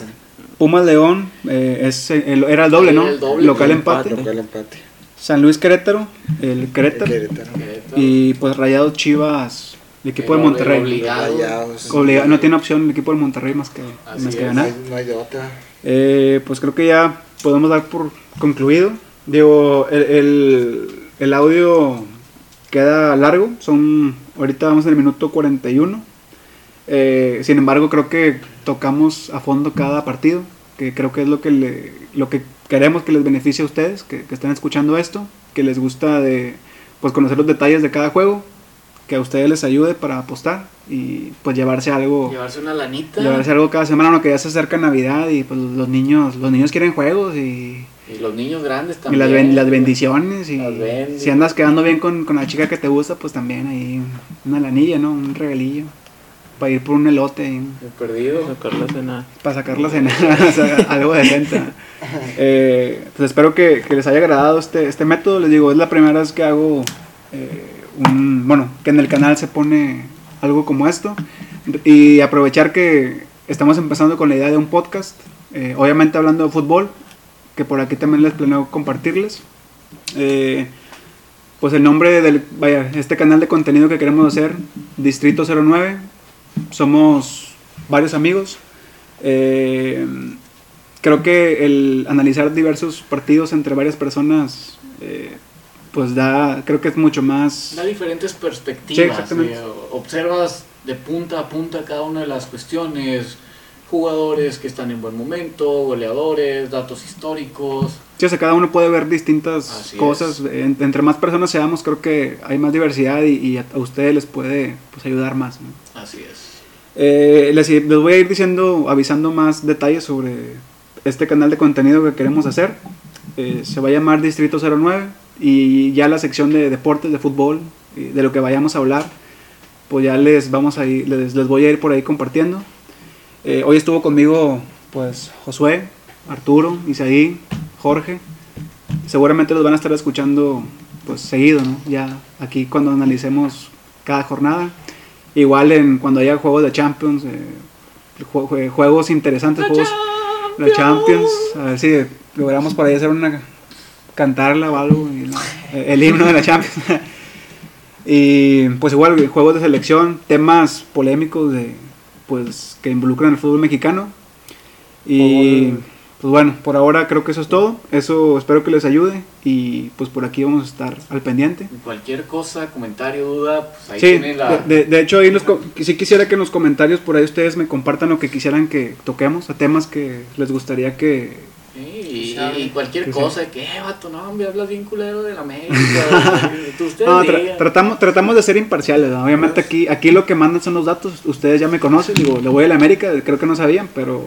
Speaker 1: Pumas León eh, es el- era el doble,
Speaker 2: Era
Speaker 1: ¿no?
Speaker 2: el doble.
Speaker 1: Local
Speaker 3: El
Speaker 1: empate.
Speaker 4: Local empate.
Speaker 1: San Luis Querétaro, el Querétaro.
Speaker 4: Querétaro.
Speaker 2: Querétaro.
Speaker 1: Y pues Rayado Chivas, el equipo de
Speaker 2: Era
Speaker 1: Monterrey.
Speaker 2: obligado.
Speaker 4: Rayados.
Speaker 1: Obligado, no tiene opción ¿eh? el equipo de Monterrey más que,
Speaker 2: Así
Speaker 1: más que
Speaker 2: es.
Speaker 4: No
Speaker 1: ganar.
Speaker 4: hay, no hay de otra.
Speaker 1: Eh, pues creo que ya podemos dar por concluido. Digo, el, el- el audio queda largo. Son, ahorita vamos en el minuto 41. Eh, sin embargo, creo que tocamos a fondo cada partido, que creo que es lo que, le- lo que queremos que les beneficie a ustedes, que, que están escuchando esto, que les gusta de, pues, conocer los detalles de cada juego, que a ustedes les ayude para apostar y pues llevarse algo
Speaker 2: Llevarse una lanita.
Speaker 1: llevarse algo cada semana, no que ya se acerca Navidad y pues los niños, los niños quieren juegos y,
Speaker 2: Y los niños grandes
Speaker 1: y
Speaker 2: también.
Speaker 1: las, ben- las bendiciones y
Speaker 2: Las bendiciones.
Speaker 1: si andas quedando bien con, con la chica que te gusta, pues también ahí una lanilla, ¿no? Un regalillo para ir por un elote, y un-
Speaker 2: El perdido.
Speaker 3: Sacar la cena.
Speaker 1: para sacar la cena, o sea, algo de venta. Eh, pues espero que, que les haya agradado este, este método, les digo, es la primera vez que hago eh, un, bueno, que en el canal se pone algo como esto y aprovechar que estamos empezando con la idea de un podcast, eh, obviamente hablando de fútbol, que por aquí también les planeo compartirles. Eh, pues el nombre del, vaya, este canal de contenido que queremos hacer, Distrito 09, somos varios amigos. Eh, creo que el analizar diversos partidos entre varias personas, eh, pues da, creo que es mucho más...
Speaker 2: Da diferentes perspectivas.
Speaker 1: Sí, exactamente.
Speaker 2: eh, observas de punta a punta cada una de las cuestiones. Jugadores que están en buen momento, goleadores, datos históricos.
Speaker 1: Sí, o sea, cada uno puede ver distintas
Speaker 2: Así
Speaker 1: cosas. En- entre más personas seamos, creo que hay más diversidad y, y a, a ustedes les puede pues, ayudar más. ¿no?
Speaker 2: Así es.
Speaker 1: Eh, les, les voy a ir diciendo, avisando más detalles sobre este canal de contenido que queremos hacer. Eh, se va a llamar Distrito 09 y ya la sección de deportes, de fútbol, y de lo que vayamos a hablar, pues ya les vamos a ir- les, les voy a ir por ahí compartiendo. Eh, hoy estuvo conmigo pues Josué, Arturo, Isaí, Jorge. Seguramente los van a estar escuchando pues seguido, ¿no? Ya aquí cuando analicemos cada jornada. Igual en cuando haya juegos de Champions, eh, jue- jue- juegos interesantes, juegos la Champions, a ver si logramos por ahí hacer una cantarla o algo, y la- eh, el himno de la Champions. y pues igual juegos de selección, temas polémicos de pues que involucran el fútbol mexicano. Y pues bueno, por ahora creo que eso es todo. Eso espero que les ayude y pues por aquí vamos a estar al pendiente.
Speaker 2: Cualquier cosa, comentario, duda, pues ahí
Speaker 1: Sí,
Speaker 2: tiene la.
Speaker 1: de, de hecho ahí los co- sí quisiera que en los comentarios por ahí ustedes me compartan lo que quisieran que toquemos, a temas que les gustaría que,
Speaker 2: Sí, y,
Speaker 5: Sabe.
Speaker 2: y cualquier
Speaker 1: Sí, sí.
Speaker 2: cosa, de que, eh, vato, no, hombre, hablas bien culero de la América. Tú ustedes
Speaker 1: No, tra-
Speaker 2: digan.
Speaker 1: tratamos, tratamos de ser imparciales. ¿no? Obviamente aquí, aquí lo que mandan son los datos. Ustedes ya me conocen. Digo, le voy a la América. Creo que no sabían, pero,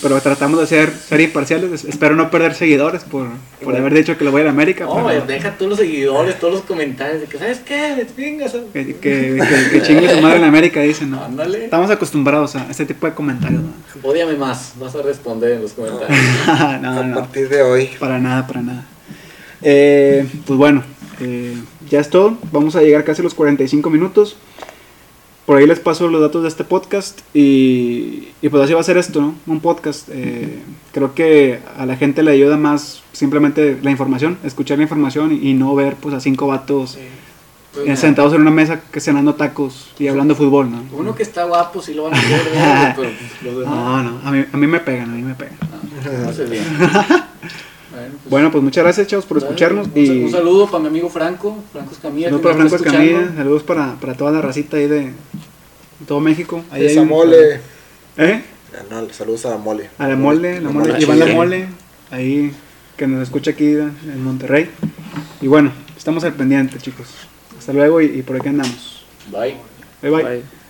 Speaker 1: pero tratamos de ser, ser imparciales. Es- Espero no perder seguidores por, por haber dicho que le voy a la América.
Speaker 2: No,
Speaker 1: pero-
Speaker 2: güey, deja todos los seguidores, todos los comentarios, de que, ¿sabes qué? Venga, ¿sabes?
Speaker 1: que, que, que- que chingue su madre en América, dicen. ¿no?
Speaker 2: Ándale.
Speaker 1: Estamos acostumbrados a este tipo de comentarios. ¿no?
Speaker 2: Ódiame más, vas a responder en los comentarios.
Speaker 1: no,
Speaker 4: A
Speaker 1: Ah, no.
Speaker 4: partir de hoy.
Speaker 1: Para nada, para nada. Eh, pues bueno, eh, ya es todo. Vamos a llegar casi a los 45 minutos. por ahí les paso los datos de este podcast y, y pues así va a ser esto, ¿no? Un podcast. eh, creo que a la gente le ayuda más simplemente la información, escuchar la información y, y no ver pues a cinco vatos
Speaker 2: Pues,
Speaker 1: eh,
Speaker 2: mira,
Speaker 1: sentados en una mesa que cenando tacos y hablando fútbol, ¿no?
Speaker 2: Uno que está guapo sí lo van a hacer, ¿verdad? pero pues, los demás
Speaker 1: No, no, a mí, a mí me pegan, a mí me pegan.
Speaker 2: no se ve. Bueno, pues,
Speaker 1: Ah. Bueno, pues muchas gracias, chavos, por
Speaker 2: dale,
Speaker 1: escucharnos.
Speaker 2: un sa-
Speaker 1: y
Speaker 2: Un saludo para mi amigo Franco, Franco Escamilla.
Speaker 1: Saludos
Speaker 2: que
Speaker 1: para
Speaker 2: nos
Speaker 1: Franco
Speaker 2: está
Speaker 1: Escamilla,
Speaker 2: escuchando.
Speaker 1: saludos para, para toda la racita ahí de todo México. Ahí hay-
Speaker 4: Esa mole.
Speaker 1: ¿Eh?
Speaker 4: Ah, No, saludos a la mole.
Speaker 1: A la mole, la mole,
Speaker 2: Ah,
Speaker 4: mole
Speaker 1: Iván la
Speaker 4: chile.
Speaker 1: mole, ahí que nos escucha aquí en Monterrey. Y bueno, estamos al pendiente, chicos. Hasta luego y, y por aquí andamos.
Speaker 2: Bye.
Speaker 1: Bye bye.
Speaker 3: Bye.